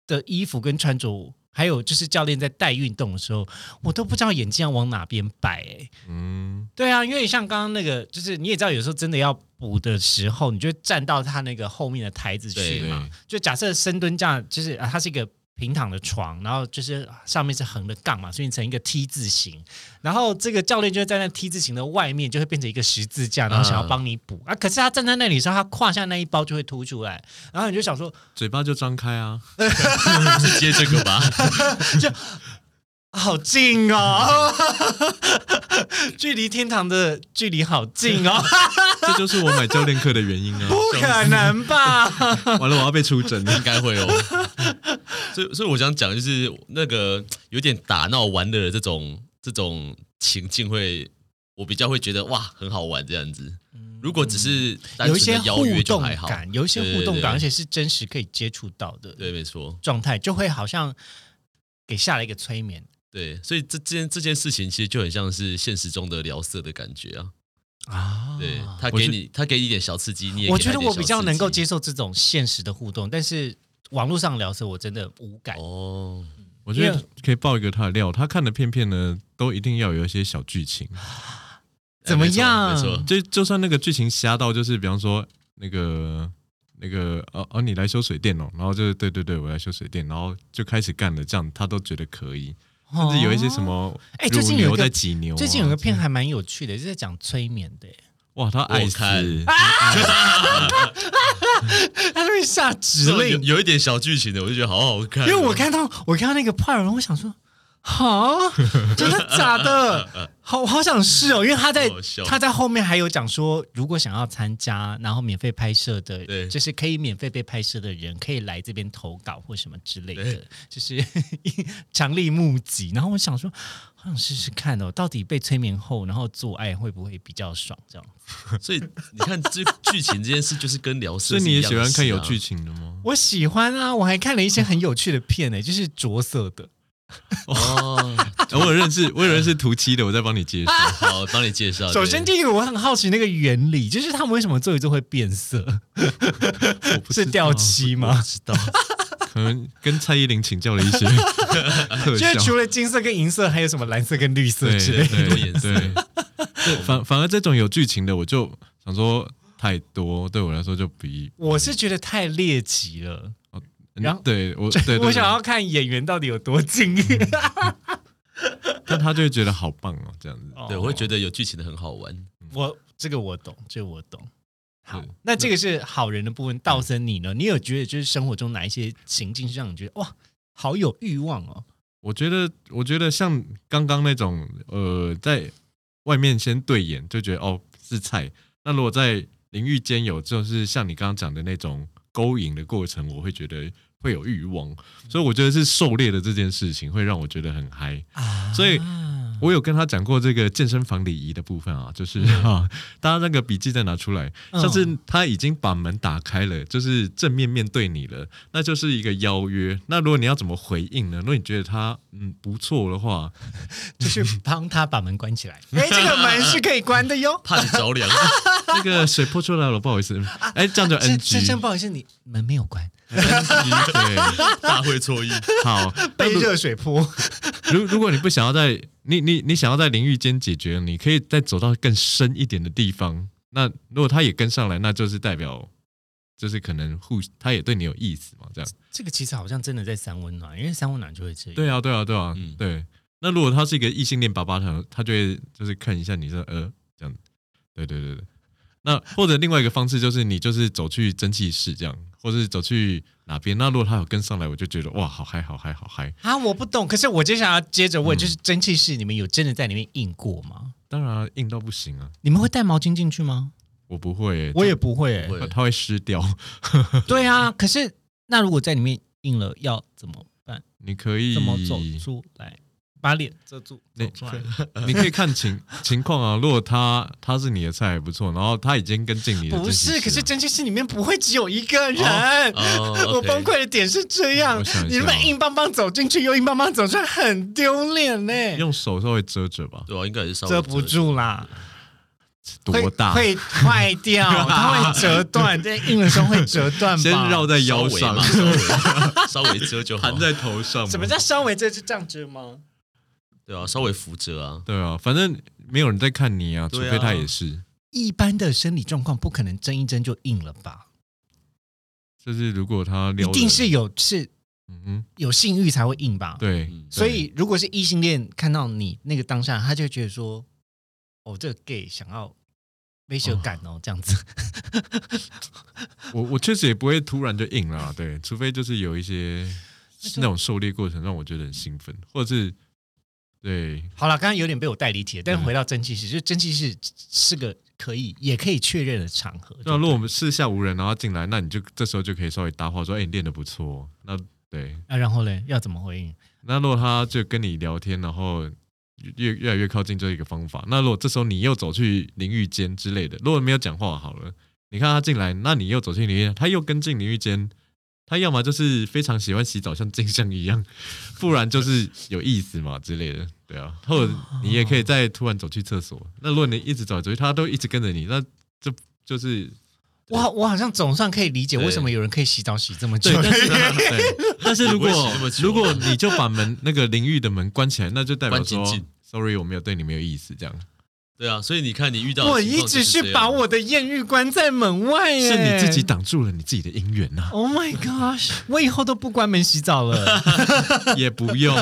Speaker 1: 的衣服跟穿着，还有就是教练在带运动的时候，我都不知道眼睛要往哪边摆、哎，
Speaker 2: 嗯，
Speaker 1: 对啊，因为像刚刚那个，就是你也知道，有时候真的要补的时候，你就站到他那个后面的台子去
Speaker 3: 对
Speaker 1: 嘛。
Speaker 2: 啊
Speaker 1: 就假设深蹲这样，就是、啊、它是一个平躺的床，然后就是上面是横的杠嘛，所以成一个 T 字形。然后这个教练就会在那 T 字形的外面，就会变成一个十字架，然后想要帮你补、啊。可是他站在那里的时候，他胯下那一包就会凸出来，然后你就想说，
Speaker 2: 嘴巴就张开啊，
Speaker 3: 是接这个吧？
Speaker 1: 好近哦， 距离天堂的距离好近 哦，
Speaker 2: 这就是我买教练课的原因 啊
Speaker 1: 不！可能吧？
Speaker 2: 完了，我要被出征 了
Speaker 3: 应。该会 哦。所以，所以我想讲就是那个有点打闹玩乐的这种这种情境会，我比较会觉得哇很好玩这样子。如果只是
Speaker 1: 嗯
Speaker 3: 单
Speaker 1: 有一
Speaker 3: 纯
Speaker 1: 些
Speaker 3: 的邀
Speaker 1: 互
Speaker 3: 约就
Speaker 1: 动
Speaker 3: 还好，
Speaker 1: 感，有一些互动
Speaker 3: 对对对
Speaker 1: 感，而且是真实可以接触到的
Speaker 3: 对，没错，
Speaker 1: 状态，就会好像给下了一个催眠。
Speaker 3: 对。所以这件这件事情其实就很像是现实中的聊色的感觉啊。
Speaker 1: 啊，
Speaker 3: 对他
Speaker 2: 我
Speaker 3: 给
Speaker 2: 是
Speaker 3: 你他给你一点小刺激，你也
Speaker 1: 我
Speaker 3: 给
Speaker 1: 觉
Speaker 3: 他
Speaker 1: 得
Speaker 3: 一点
Speaker 1: 我比
Speaker 3: 小
Speaker 1: 较
Speaker 3: 刺
Speaker 1: 能够
Speaker 3: 激
Speaker 1: 接受这种现实的互动，但是网络上聊的时候我真的无感。
Speaker 3: 哦。
Speaker 2: 我觉
Speaker 1: 因
Speaker 2: 得可以爆一个他的料，他看的片片呢，都一定要有一些小剧 情。
Speaker 1: 怎么
Speaker 3: 哎没错
Speaker 1: 样
Speaker 3: 没错，
Speaker 2: 就就算那个剧情瞎到，就是比方说那个那个哦哦，你来修水电哦，然后就对对对，我来修水电，然后就开始干了，这样他都觉得可以，哦甚至有一些什么
Speaker 1: 哦哎
Speaker 2: 乳
Speaker 1: 最近有一
Speaker 2: 牛
Speaker 1: 个
Speaker 2: 在挤牛啊、
Speaker 1: 最近有个片还蛮有趣的，是在讲催眠 的耶，
Speaker 2: 哇，他爱
Speaker 3: 我
Speaker 2: 死，
Speaker 3: 看
Speaker 1: 啊他会下指
Speaker 3: 只会有
Speaker 1: 令，
Speaker 3: 有一点小剧情的，我就觉得好好看哦。
Speaker 1: 因为我看到我看到那个帕尔，我想说。啊， 真的假的？ 好好想试哦，因为他在
Speaker 3: 嗯好好笑
Speaker 1: 他在后面还有讲说，如果想要参加，然后免费拍摄的，
Speaker 3: 对
Speaker 1: 就是可以免费被拍摄的人，可以来这边投稿或什么之类的
Speaker 3: 对，
Speaker 1: 就是 强力募集。然后我想说，好想试试看哦，到底被催眠后，然后做爱会不会比较爽？这样
Speaker 3: 嗯所以你看这剧情这件事，就是跟聊色
Speaker 2: 所以
Speaker 3: 是
Speaker 2: 你
Speaker 3: 一
Speaker 2: 也
Speaker 3: 样
Speaker 2: 喜
Speaker 3: 的事啊，
Speaker 2: 欢看有剧情的吗？
Speaker 1: 我喜欢啊，我还看了一些很有趣的片呢、欸就是着色的。
Speaker 3: 哦。
Speaker 2: 啊我有认识，我有认识涂漆的，我再帮你介
Speaker 1: 啊
Speaker 2: 绍。
Speaker 3: 好，帮你介绍。
Speaker 1: 首先，
Speaker 3: 哦对
Speaker 1: 第一个我很好奇那个原理，就是他们为什么做一做会变色？
Speaker 2: 我不知
Speaker 1: 是
Speaker 2: 道
Speaker 1: 掉漆吗？
Speaker 3: 知 道，
Speaker 2: 可能跟蔡依林请教了一些特
Speaker 1: 就是
Speaker 2: 效
Speaker 1: 除。了金色跟银色，还有什么蓝色跟绿色
Speaker 2: 对
Speaker 1: 之类
Speaker 2: 对
Speaker 1: 的？
Speaker 3: 很多颜色
Speaker 2: 对，对反反而这种有剧情的，我就想说太多，对我来说就比
Speaker 1: 我是觉得太猎奇了，
Speaker 2: 嗯
Speaker 1: 然后
Speaker 2: 对我对对
Speaker 1: 我想
Speaker 2: 对
Speaker 1: 要看演员到底有多敬业。
Speaker 2: 但他就会觉得好棒哦，这 样子。
Speaker 3: 嗯对，我会觉得有剧情的很好玩。
Speaker 1: 我这个我懂，这个我懂。好
Speaker 2: 对，
Speaker 1: 那这个是好人的部分。道森，你呢？你有觉得就是生活中哪一些情境是让你觉得哇，好有欲望哦？
Speaker 2: 我觉得，我觉得像刚刚那种，呃，在外面先对眼就觉得哦是菜，那如果在淋浴间有，就是像你刚刚讲的那种勾引的过程，我会觉得会有欲望，所以我觉得是狩猎的这件事情会让我觉得很嗨。
Speaker 1: 啊
Speaker 2: 所以我有跟他讲过这个健身房礼仪的部分啊，就是啊，大家那个笔记再拿出来，
Speaker 1: 嗯
Speaker 2: 像是他已经把门打开了，就是正面面对你了，那就是一个邀约。那如果你要怎么回应呢？如果你觉得他嗯不错的话，
Speaker 1: 就是帮他把门关起来。哎，这个门是可以关的哟。
Speaker 3: 怕你着凉，
Speaker 2: 那个水泼出来了，不好意思，哎，这样就
Speaker 1: 先
Speaker 2: NG，
Speaker 1: 先生，不好意思，你门没有关，
Speaker 2: NG 对，
Speaker 3: 大会错意。
Speaker 2: 好。
Speaker 1: 被热水泼。
Speaker 2: 如如果你不想要在你你你想要在淋浴间解决，你可以再走到更深一点的地方。那如果他也跟上来，那就是代表就是可能互他也对你有意思嘛，这样。
Speaker 1: 这个其实好像真的在三温暖，因为三温暖就会这样。
Speaker 2: 对啊，对啊，对啊，
Speaker 3: 嗯
Speaker 2: 对。那如果他是一个异性恋爸爸，他他就会就是看一下你说呃这样，对对对对。那或者另外一个方式就是你就是走去蒸汽室这样，或者是走去哪边。那如果他有跟上来，我就觉得哇，好嗨，好嗨，好嗨。
Speaker 1: 啊，我不懂。可是我就想要接着问，就是蒸汽室你们有真的在里面硬过吗？
Speaker 2: 当然啊硬到不行啊，
Speaker 1: 你们会带毛巾进去吗？
Speaker 2: 我不会欸、
Speaker 1: 我也不会、
Speaker 3: 不会
Speaker 2: 它它会湿掉。
Speaker 1: 对啊，可是那如果在里面硬了，要怎么办？
Speaker 2: 你可以
Speaker 1: 怎么走出来？把脸遮住，
Speaker 2: 那
Speaker 1: 走出 来。
Speaker 2: 你可以看情 情况啊。如果他他是你的菜还不错，然后他已经跟进你的
Speaker 1: 不
Speaker 2: 蒸汽
Speaker 1: 是，
Speaker 2: 室啊
Speaker 1: 可是
Speaker 2: 了
Speaker 1: 蒸汽室里面不会只有一个人。
Speaker 3: 哦
Speaker 1: 我崩。溃的点是这样
Speaker 2: 嗯我想，哦一下
Speaker 1: 你们硬邦邦走进去，又硬邦邦走出来，很丢脸呢、
Speaker 2: 用手稍微遮着吧，
Speaker 3: 对啊，应该也是稍微
Speaker 1: 遮不住啦，
Speaker 2: 多大？
Speaker 1: 会会坏 掉，它会折断，在硬的时候会折断吧。
Speaker 2: 先绕在
Speaker 3: 稍
Speaker 2: 腰
Speaker 3: 微
Speaker 2: 上
Speaker 3: 嘛，，稍微稍微遮就好
Speaker 2: 盘。在头上嘛。
Speaker 1: 什么叫稍微遮就这样遮吗？
Speaker 3: 对啊，稍微扶遮啊。
Speaker 2: 对啊，反正没有人在看你啊，除
Speaker 3: 对啊
Speaker 2: 非他也是。
Speaker 1: 一般的生理状况不可能睁一睁就硬了吧？
Speaker 2: 就是如果他
Speaker 1: 一
Speaker 2: 撩人
Speaker 1: 定是有是
Speaker 2: 嗯哼，
Speaker 1: 有性欲才会硬吧？，
Speaker 2: 对，
Speaker 3: 嗯
Speaker 2: 对
Speaker 1: 所以如果是异性恋看到你那个当下，他就会觉得说，哦，这个 gay 想要威胁感哦，这样子。
Speaker 2: 我我确实也不会突然就硬啦，对，除非就是有一些那种狩猎过程让我觉得很兴奋，或者是对
Speaker 1: 好了，刚刚有点被我带离题了，但是回到蒸汽室，就蒸汽室是个可以也可以确认的场合。
Speaker 2: 那啊如果我们四下无人，然后进来，那你就这时候就可以稍微搭话说：“哎、你练得不错哦。”那对，
Speaker 1: 啊，然后嘞，要怎么回应？
Speaker 2: 那如果他就跟你聊天，然后越越来越靠近，就是一个方法。那如果这时候你又走去淋浴间之类的，如果没有讲话好了，你看他进来，那你又走进淋浴间，他又跟进淋浴间，他要么就是非常喜欢洗澡，像镜像一样，不然就是有意思嘛之类的。对啊，或者你也可以再突然走去厕所。那如果你一直走来走去，他都一直跟着你，那这就是
Speaker 1: 我好我好像总算可以理解
Speaker 3: 对
Speaker 1: 为什么有人可以洗澡洗这么久
Speaker 2: 对，。但 是对 但是如果
Speaker 3: 也不会洗那么久啊
Speaker 2: 如果你就把门那个淋浴的门关起来，那就代表
Speaker 3: 关
Speaker 2: 说
Speaker 3: 紧紧
Speaker 2: ，sorry，我没有对你没有意思，这样
Speaker 3: 对啊，所以你看你遇到的
Speaker 1: 我
Speaker 3: 情
Speaker 1: 一
Speaker 3: 况就
Speaker 1: 直
Speaker 3: 是
Speaker 1: 是
Speaker 3: 这样
Speaker 1: 把我的艳遇关在门外耶，
Speaker 2: 是你自己。挡住了你自己的啊姻缘呐、
Speaker 1: Oh my gosh！我以后都不关门洗澡了。
Speaker 2: 也不用，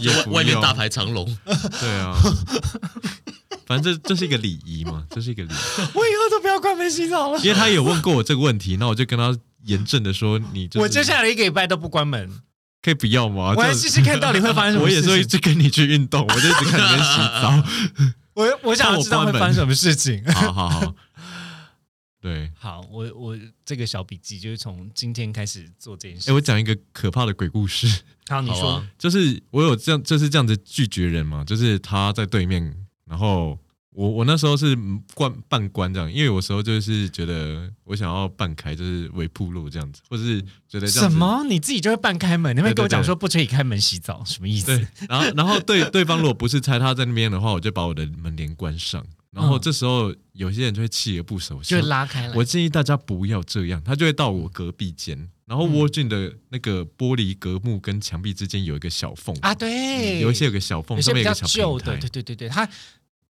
Speaker 2: 也
Speaker 3: 就
Speaker 2: 不
Speaker 3: 外外面
Speaker 2: 用
Speaker 3: 大排长龙，
Speaker 2: 对啊，反正这这是一个礼仪嘛，这是一个礼仪。
Speaker 1: 我以后都不要关门洗澡了。
Speaker 2: 因为他有问过我这个问题，那我就跟他严正的说，你、就是、
Speaker 1: 我接下来一个礼拜都不关门，
Speaker 2: 可以不要吗？
Speaker 1: 我要
Speaker 2: 这
Speaker 1: 试试看到底会发生什么
Speaker 2: 我也
Speaker 1: 事
Speaker 2: 是一
Speaker 1: 情。
Speaker 2: 直跟你去运动，我就一直看你们洗澡。
Speaker 1: 我我想要知道会发生什么事情。
Speaker 2: 好好好，对。
Speaker 1: 好，我我这个小笔记就是从今天开始做这件
Speaker 2: 哎、
Speaker 1: 事。
Speaker 2: 我讲一个可怕的鬼故事，
Speaker 1: 好，你
Speaker 3: 好
Speaker 1: 说
Speaker 3: 啊，
Speaker 2: 就是我有这样，就是这样子拒绝人嘛，就是他在对面，然后我我那时候是关半关这样，因为有时候就是觉得我想要半开，就是微铺路这样子，或是觉得这
Speaker 1: 什
Speaker 2: 样子
Speaker 1: 么？你自己就会半开门？你会跟我讲
Speaker 2: 对对对
Speaker 1: 说不可以开门洗澡，什么意思
Speaker 2: 对？，然后然后对对方如果不是猜他在那边的话，我就把我的门帘关上。然后
Speaker 1: 嗯
Speaker 2: 这时候有些人就会锲而不舍，我
Speaker 1: 就
Speaker 2: 说
Speaker 1: 拉开来。
Speaker 2: 我建议大家不要这样，他就会到我隔壁间，然后窝进的那个玻璃隔幕跟墙壁之间有一个小缝
Speaker 1: 啊，对，
Speaker 2: 嗯有一些有个小缝，
Speaker 1: 有些
Speaker 2: 上面
Speaker 1: 比
Speaker 2: 有
Speaker 1: 较
Speaker 2: 个小
Speaker 1: 旧
Speaker 2: 平
Speaker 1: 的，
Speaker 2: 台
Speaker 1: 对，对对对，他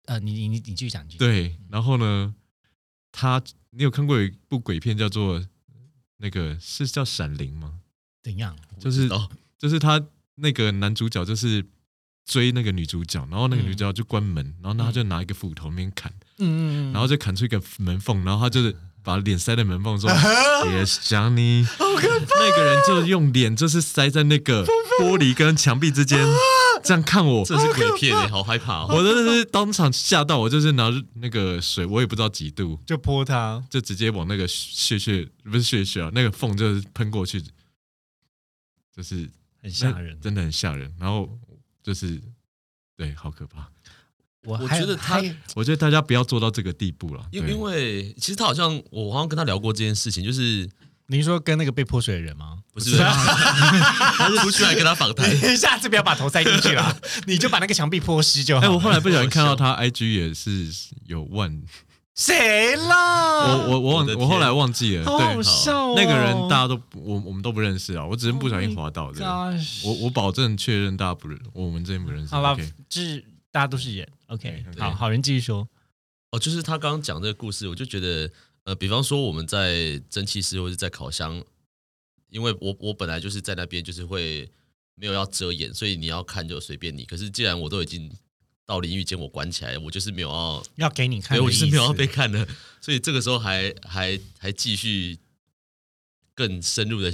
Speaker 1: 呃，你你你你继续讲，你继续讲
Speaker 2: 对。然后呢，他你有看过有一部鬼片叫做那个是叫《闪灵》吗？
Speaker 1: 怎样？
Speaker 2: 就是
Speaker 3: 哦，
Speaker 2: 就是他那个男主角就是追那个女主角，然后那个女主角就关门，然后他就拿一个斧头那边砍，
Speaker 1: 嗯嗯，
Speaker 2: 然后就砍出一个门缝，然后他就是把脸塞在门缝
Speaker 3: 啊
Speaker 2: 中，Yes Johnny，
Speaker 1: 好可怕，
Speaker 2: 那个人就用脸就是塞在那个玻璃跟墙壁之间，这样看我。
Speaker 3: 啊这是鬼片哎，好害怕哦！
Speaker 2: 我真的是当场吓到，我就是拿那个水，我也不知道几度，
Speaker 1: 就泼他，
Speaker 2: 就直接往那个血血不是血血啊，那个缝就是喷过去，就是
Speaker 1: 很吓人。
Speaker 2: 真的很吓人。然后就是，对，好可怕。
Speaker 1: 我
Speaker 3: 我
Speaker 1: 还
Speaker 3: 觉得他
Speaker 1: 还
Speaker 2: 我觉得大家不要做到这个地步了，
Speaker 3: 因
Speaker 2: 对
Speaker 3: 因为其实他好像我好像跟他聊过这件事情，就是
Speaker 1: 您说跟那个被泼水的人吗？
Speaker 3: 不是
Speaker 2: 啊
Speaker 3: 不是 他是出去来跟他访谈，
Speaker 1: 下次不要把头塞进去了， 你就把那个墙壁泼湿就
Speaker 2: 哎、我
Speaker 1: 好。
Speaker 2: 后来不小心看到他 IG 也是有万，
Speaker 1: 谁啦？
Speaker 2: 我我我忘
Speaker 3: 我的天
Speaker 2: 我后来忘记了，
Speaker 1: 啊好好
Speaker 2: 对，
Speaker 1: 笑哦，
Speaker 2: 那个人大家都不我我们都不认识啊，我只是不小心滑到的。
Speaker 1: Oh Gosh
Speaker 2: 我我保证确认大家不认，我们之间不认识。
Speaker 1: 好了
Speaker 2: OK，
Speaker 1: 就是大家都是人，OK，
Speaker 2: 对
Speaker 1: 好好人继续说，
Speaker 3: 哦，就是他刚刚讲这个故事，我就觉得，呃，比方说我们在蒸汽室或者在烤箱，因为我我本来就是在那边，就是会没有要遮掩，所以你要看就随便你。可是既然我都已经到淋浴间，我关起来，我就是没有要，
Speaker 1: 要给你看
Speaker 3: 对
Speaker 1: 的意思，
Speaker 3: 我就是没有要被看的，所以这个时候还还还继续更深入的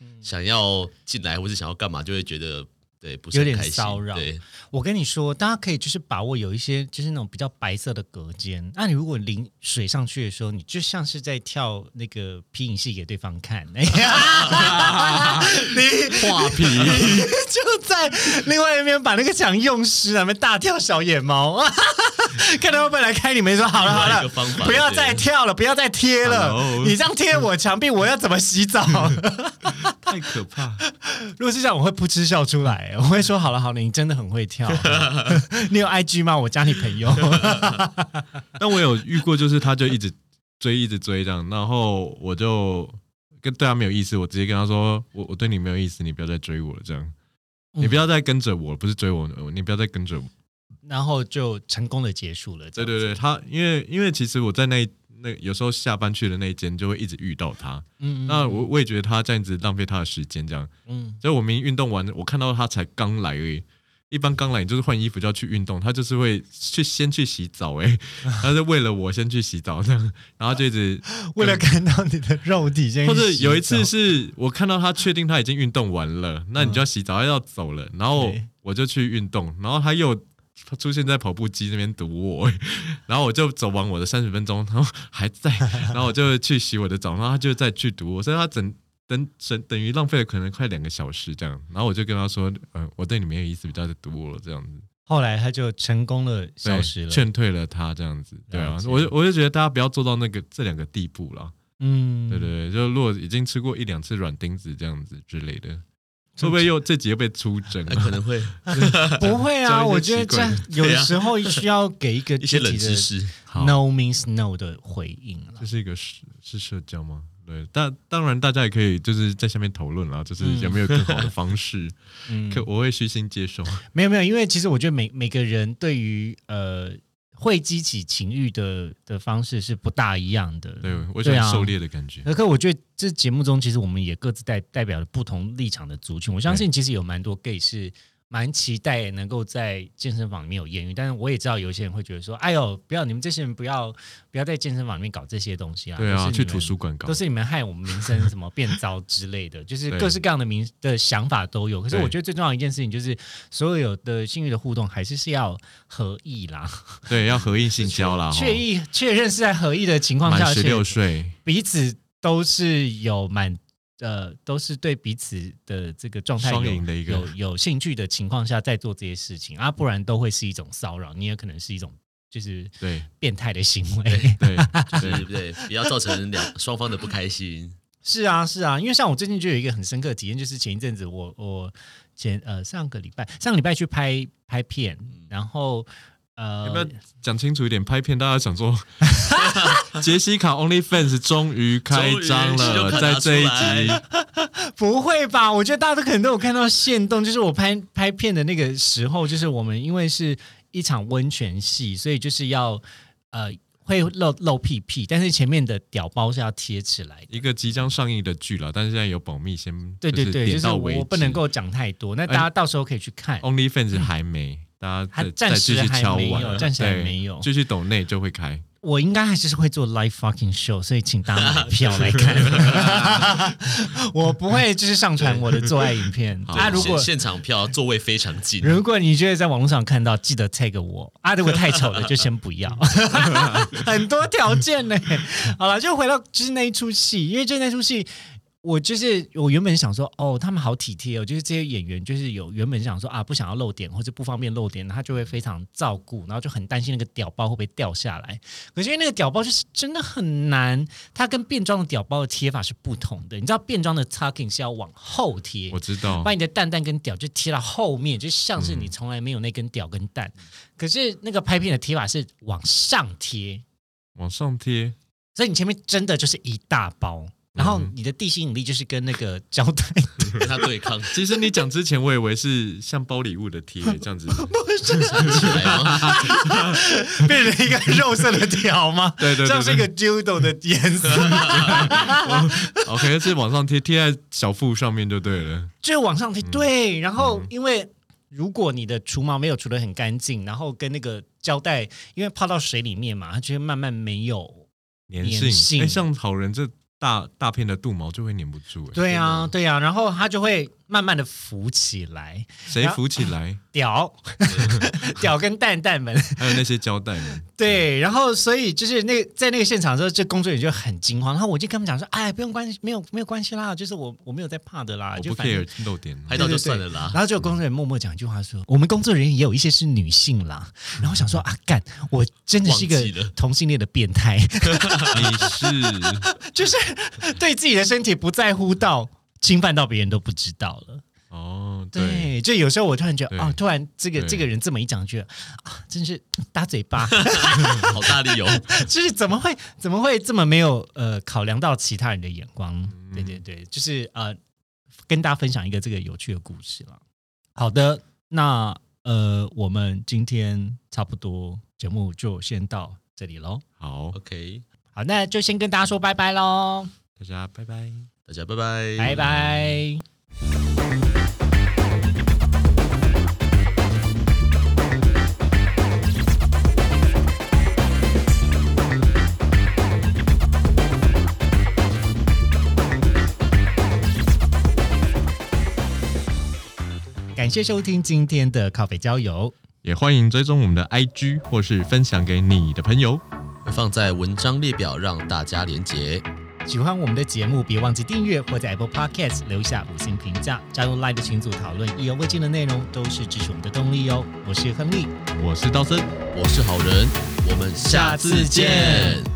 Speaker 1: 嗯
Speaker 3: 想要进来，或是想要干嘛，就会觉得对不是
Speaker 1: 有
Speaker 3: 很
Speaker 1: 点
Speaker 3: 开心
Speaker 1: 骚扰
Speaker 3: 对，
Speaker 1: 我跟你说，大家可以就是把握有一些就是那种比较白色的隔间。那你如果淋水上去的时候，你就像是在跳那个皮影戏给对方看，哎 呀你
Speaker 2: 画皮，
Speaker 1: 就在另外一边把那个墙用湿，那边大跳小野 猫，看他会不会来开你们说好了好
Speaker 3: 另外
Speaker 1: 了
Speaker 3: 一个方法，
Speaker 1: 不要
Speaker 3: 对
Speaker 1: 再跳了，不要再贴了
Speaker 2: Hello
Speaker 1: 你这样贴我墙壁，我要怎么洗 澡？
Speaker 2: 太可怕。
Speaker 1: 如果是这样，我会噗嗤笑出来，我会说好了好了，你真的很会 跳。你有 IG 吗？我加你朋友。
Speaker 2: 但我有遇过，就是他就一直追，一直追这样，然后我就跟对他没有意思，我直接跟他说，我我对你没有意思，你不要再追我了，这样，
Speaker 1: 嗯
Speaker 2: 你不要再跟着我，不是追我，你不要再跟着我。
Speaker 1: 然后就成功的结束了。这
Speaker 2: 对
Speaker 1: 样
Speaker 2: 对对，他因为因为其实我在那一那有时候下班去的那一间就会一直遇到他，
Speaker 1: 嗯，嗯
Speaker 2: 那我我也觉得他这样子浪费他的时间，这样，
Speaker 1: 嗯，
Speaker 2: 所以我明明运动完，我看到他才刚来而已。一般刚来你就是换衣服就要去运动，他就是会去先去洗澡、欸，他是为了我先去洗澡这样，然后就一直
Speaker 1: 为了看到你的肉体先洗澡，
Speaker 2: 或者有一
Speaker 1: 哦
Speaker 2: 次是我看到他确定他已经运动完 了，那你就要洗澡，他要走了，然后
Speaker 1: 对
Speaker 2: 我就去运动，然后他又出现在跑步机那边堵我， 然后我就走完我的三十分钟，然后还 在，然后我就去洗我的澡，然后他就再去堵我，所以他整。等等等于浪费了可能快两个小时这样，然后我就跟他说，呃，我对你没有意思，不要再堵我了这样子，
Speaker 1: 后来他就成功的消
Speaker 2: 对
Speaker 1: 失了。
Speaker 2: 劝退了他这样子，对啊
Speaker 1: 了，解
Speaker 2: 我就我就觉得大家不要做到那个这两个地步了。
Speaker 1: 嗯，
Speaker 2: 对对对，就如果已经吃过一两次软钉子这样子之类的，会不会又这集又被出 征
Speaker 3: 那
Speaker 2: 啊？
Speaker 3: 哎可能会
Speaker 1: 不会啊，
Speaker 2: 教
Speaker 1: 我
Speaker 2: 一
Speaker 1: 觉得
Speaker 2: 些
Speaker 1: 这
Speaker 2: 奇怪
Speaker 1: 样
Speaker 2: 的
Speaker 1: 有的时候需要给一个
Speaker 3: 一 些
Speaker 1: 自
Speaker 3: 冷
Speaker 1: 己的
Speaker 3: 知识。
Speaker 2: 好，
Speaker 1: no means no 的回应了
Speaker 2: 这。是一个是是社交吗？对，但当然大家也可以就是在下面讨论啦，就是有没有更好的方式？
Speaker 1: 嗯，
Speaker 2: 可我会虚心接受。
Speaker 1: 没有没有，因为其实我觉得每每个人对于呃会激起情欲的的方式是不大一样的。
Speaker 2: 对，我喜
Speaker 1: 对
Speaker 2: 欢
Speaker 1: 啊
Speaker 2: 狩猎的感觉。
Speaker 1: 可可，我觉得这节目中，其实我们也各自代代表了不同立场的族群。我相信，其实有蛮多 gay 是蛮期待能够在健身房里面有艳遇，但是我也知道有一些人会觉得说：“哎呦，不要你们这些人不要不要在健身房里面搞这些东西啊！”
Speaker 2: 对
Speaker 1: 都
Speaker 2: 啊，
Speaker 1: 是你
Speaker 2: 去
Speaker 1: 们
Speaker 2: 图书馆搞
Speaker 1: 都。是你们害我们名声什么变糟之类 的，就是
Speaker 2: 对
Speaker 1: 各式各样的名的想法都有。可是
Speaker 2: 对
Speaker 1: 我觉得最重要的一件事情就是，所有的性欲的互动还是是要合意啦，
Speaker 2: 对，要合意性交 啦。
Speaker 1: 确意确认是在合意的情
Speaker 2: 吼
Speaker 1: 况下，
Speaker 2: 满
Speaker 1: 而
Speaker 2: 十
Speaker 1: 且
Speaker 2: 六岁，
Speaker 1: 彼此都是有满呃，都是对彼此的这个状态有
Speaker 2: 双赢的一个
Speaker 1: 有有兴趣的情况下，在做这些事情啊，不然都会是一种骚扰，你也可能是一种就是
Speaker 2: 对
Speaker 1: 变态的行为。
Speaker 2: 对
Speaker 3: 对
Speaker 2: 对
Speaker 3: 不对？不要造成两双方的不开心。
Speaker 1: 是啊，是啊，因为像我最近就有一个很深刻的体验，就是前一阵子我我前呃上个礼拜上个礼拜去拍拍片，然后呃
Speaker 2: 嗯有没有讲清楚一点？拍片大家想说， 杰西卡 OnlyFans 终于开张
Speaker 3: 终于就
Speaker 2: 了，
Speaker 3: 可
Speaker 2: 在
Speaker 3: 拿
Speaker 2: 这一
Speaker 3: 出来
Speaker 2: 集，
Speaker 1: 不会吧？我觉得大家都可能都有看到线动，就是我拍拍片的那个时候，就是我们因为是一场温泉戏，所以就是要呃会露露屁屁，但是前面的屌包是要贴起来的。
Speaker 2: 一个即将上映的剧了，但是现在有保密，先
Speaker 1: 对对对，就
Speaker 2: 点
Speaker 1: 是
Speaker 2: 到为止。哎
Speaker 1: 我不能够讲太多，那大家到时候可以去看。
Speaker 2: OnlyFans 还没，大家
Speaker 1: 还
Speaker 2: 再
Speaker 1: 暂时
Speaker 2: 再继续
Speaker 1: 还
Speaker 2: 敲
Speaker 1: 没
Speaker 2: 碗
Speaker 1: 有暂时还
Speaker 2: 对
Speaker 1: 没有
Speaker 2: 继续抖内就会开。
Speaker 1: 我应该还是会做 live fucking show，所以请大家买票来 看。 我不会就是上传我的做爱影片。
Speaker 2: 好
Speaker 1: 啊，如果
Speaker 3: 现现场票座位非常近，
Speaker 1: 如果你觉得在网络上看到，记得 tag 我啊！如果太丑了，就先不要。很多条件呢。好了，就回到就是那一出戏，因为就那出戏。我就是我原本想说，哦，他们好体贴哦，就是这些演员，就是有原本想说啊，不想要露点或者不方便露点，他就会非常照顾，然后就很担心那个屌包会不会掉下来。可是因为那个屌包就是真的很难，它跟变装的屌包的贴法是不同的。你知道变装的 tucking 是要往后贴，
Speaker 2: 我知道
Speaker 1: 把，你的蛋蛋跟屌就贴到后面，就像是你从来没有那根屌跟蛋。可是那个拍片的贴法是往上贴，
Speaker 2: 往上贴，
Speaker 1: 所以你前面真的就是一大包，然后你的地心引力就是跟那个胶带
Speaker 3: 跟他对抗
Speaker 2: 其实你讲之前，我以为是像包礼物的贴这 样子。
Speaker 3: 起来哦吗？
Speaker 1: 变成一个肉色的条吗？
Speaker 2: 对对对对
Speaker 1: 像是一个 judo 的颜色，
Speaker 2: 哦 OK，是往上贴，贴在小腹上面就对了。
Speaker 1: 就是往上贴。
Speaker 2: 嗯
Speaker 1: 对，然后因为。如果你的除毛没有除得很干净，然后跟那个胶带，因为泡到水里面嘛，它就会慢慢没有
Speaker 2: 粘
Speaker 1: 粘性
Speaker 2: 性，哎，像好人这大大片的肚毛就会粘不住，哎，
Speaker 1: 对啊，对啊，然后它就会慢慢的浮起来，
Speaker 2: 谁浮起 来？
Speaker 1: 屌屌跟蛋蛋们，
Speaker 2: 还有那些胶带们，
Speaker 1: 对，然后所以就是那个在那个现场的时候，这工作人员就很惊慌，然后我就跟他们讲说，哎，不用关系，没有没有关系啦，就是我我没有在怕的啦，
Speaker 2: 我
Speaker 1: 啊就
Speaker 2: 不
Speaker 1: 反正
Speaker 2: care 露点，
Speaker 3: 拍到就算了啦。
Speaker 1: 然后就有工作人员默默讲一句话说：“我们工作人员也有一些是女性啦。”然后我想说啊，干，我真的是一个
Speaker 3: 忘记了
Speaker 1: 同性恋的变态，
Speaker 2: 你是
Speaker 1: 就是对自己的身体不在乎到侵犯到别人都不知道了。
Speaker 2: 哦，对，
Speaker 1: 对，就有时候我突然觉得，
Speaker 2: 对
Speaker 1: 哦，突然这个
Speaker 2: 对
Speaker 1: 这个人这么一讲，觉得啊，真是大嘴巴，
Speaker 3: 好大力哦！
Speaker 1: 就是怎么会怎么会这么没有呃考量到其他人的眼光？对
Speaker 2: 嗯
Speaker 1: 对对，就是呃，跟大家分享一个这个有趣的故事了。好的，那呃，我们今天差不多节目就先到这里喽。
Speaker 2: 好，
Speaker 3: OK，
Speaker 1: 好，那就先跟大家说拜拜喽，
Speaker 2: 大家拜拜。
Speaker 3: 大家拜拜，
Speaker 1: 拜拜。感谢收听今天的靠北郊游，
Speaker 2: 也欢迎追踪我们的 IG 或是分享给你的朋友。
Speaker 3: 会放在文章列表让大家连结。
Speaker 1: 喜欢我们的节目，别忘记订阅或在 Apple Podcast 留下五星评价，加入 Line 的群组讨论意犹未尽的内容，都是支持我们的动力哦。我是亨利，
Speaker 2: 我是道森。
Speaker 3: 我是好人，我们下次
Speaker 1: 下次见
Speaker 3: 见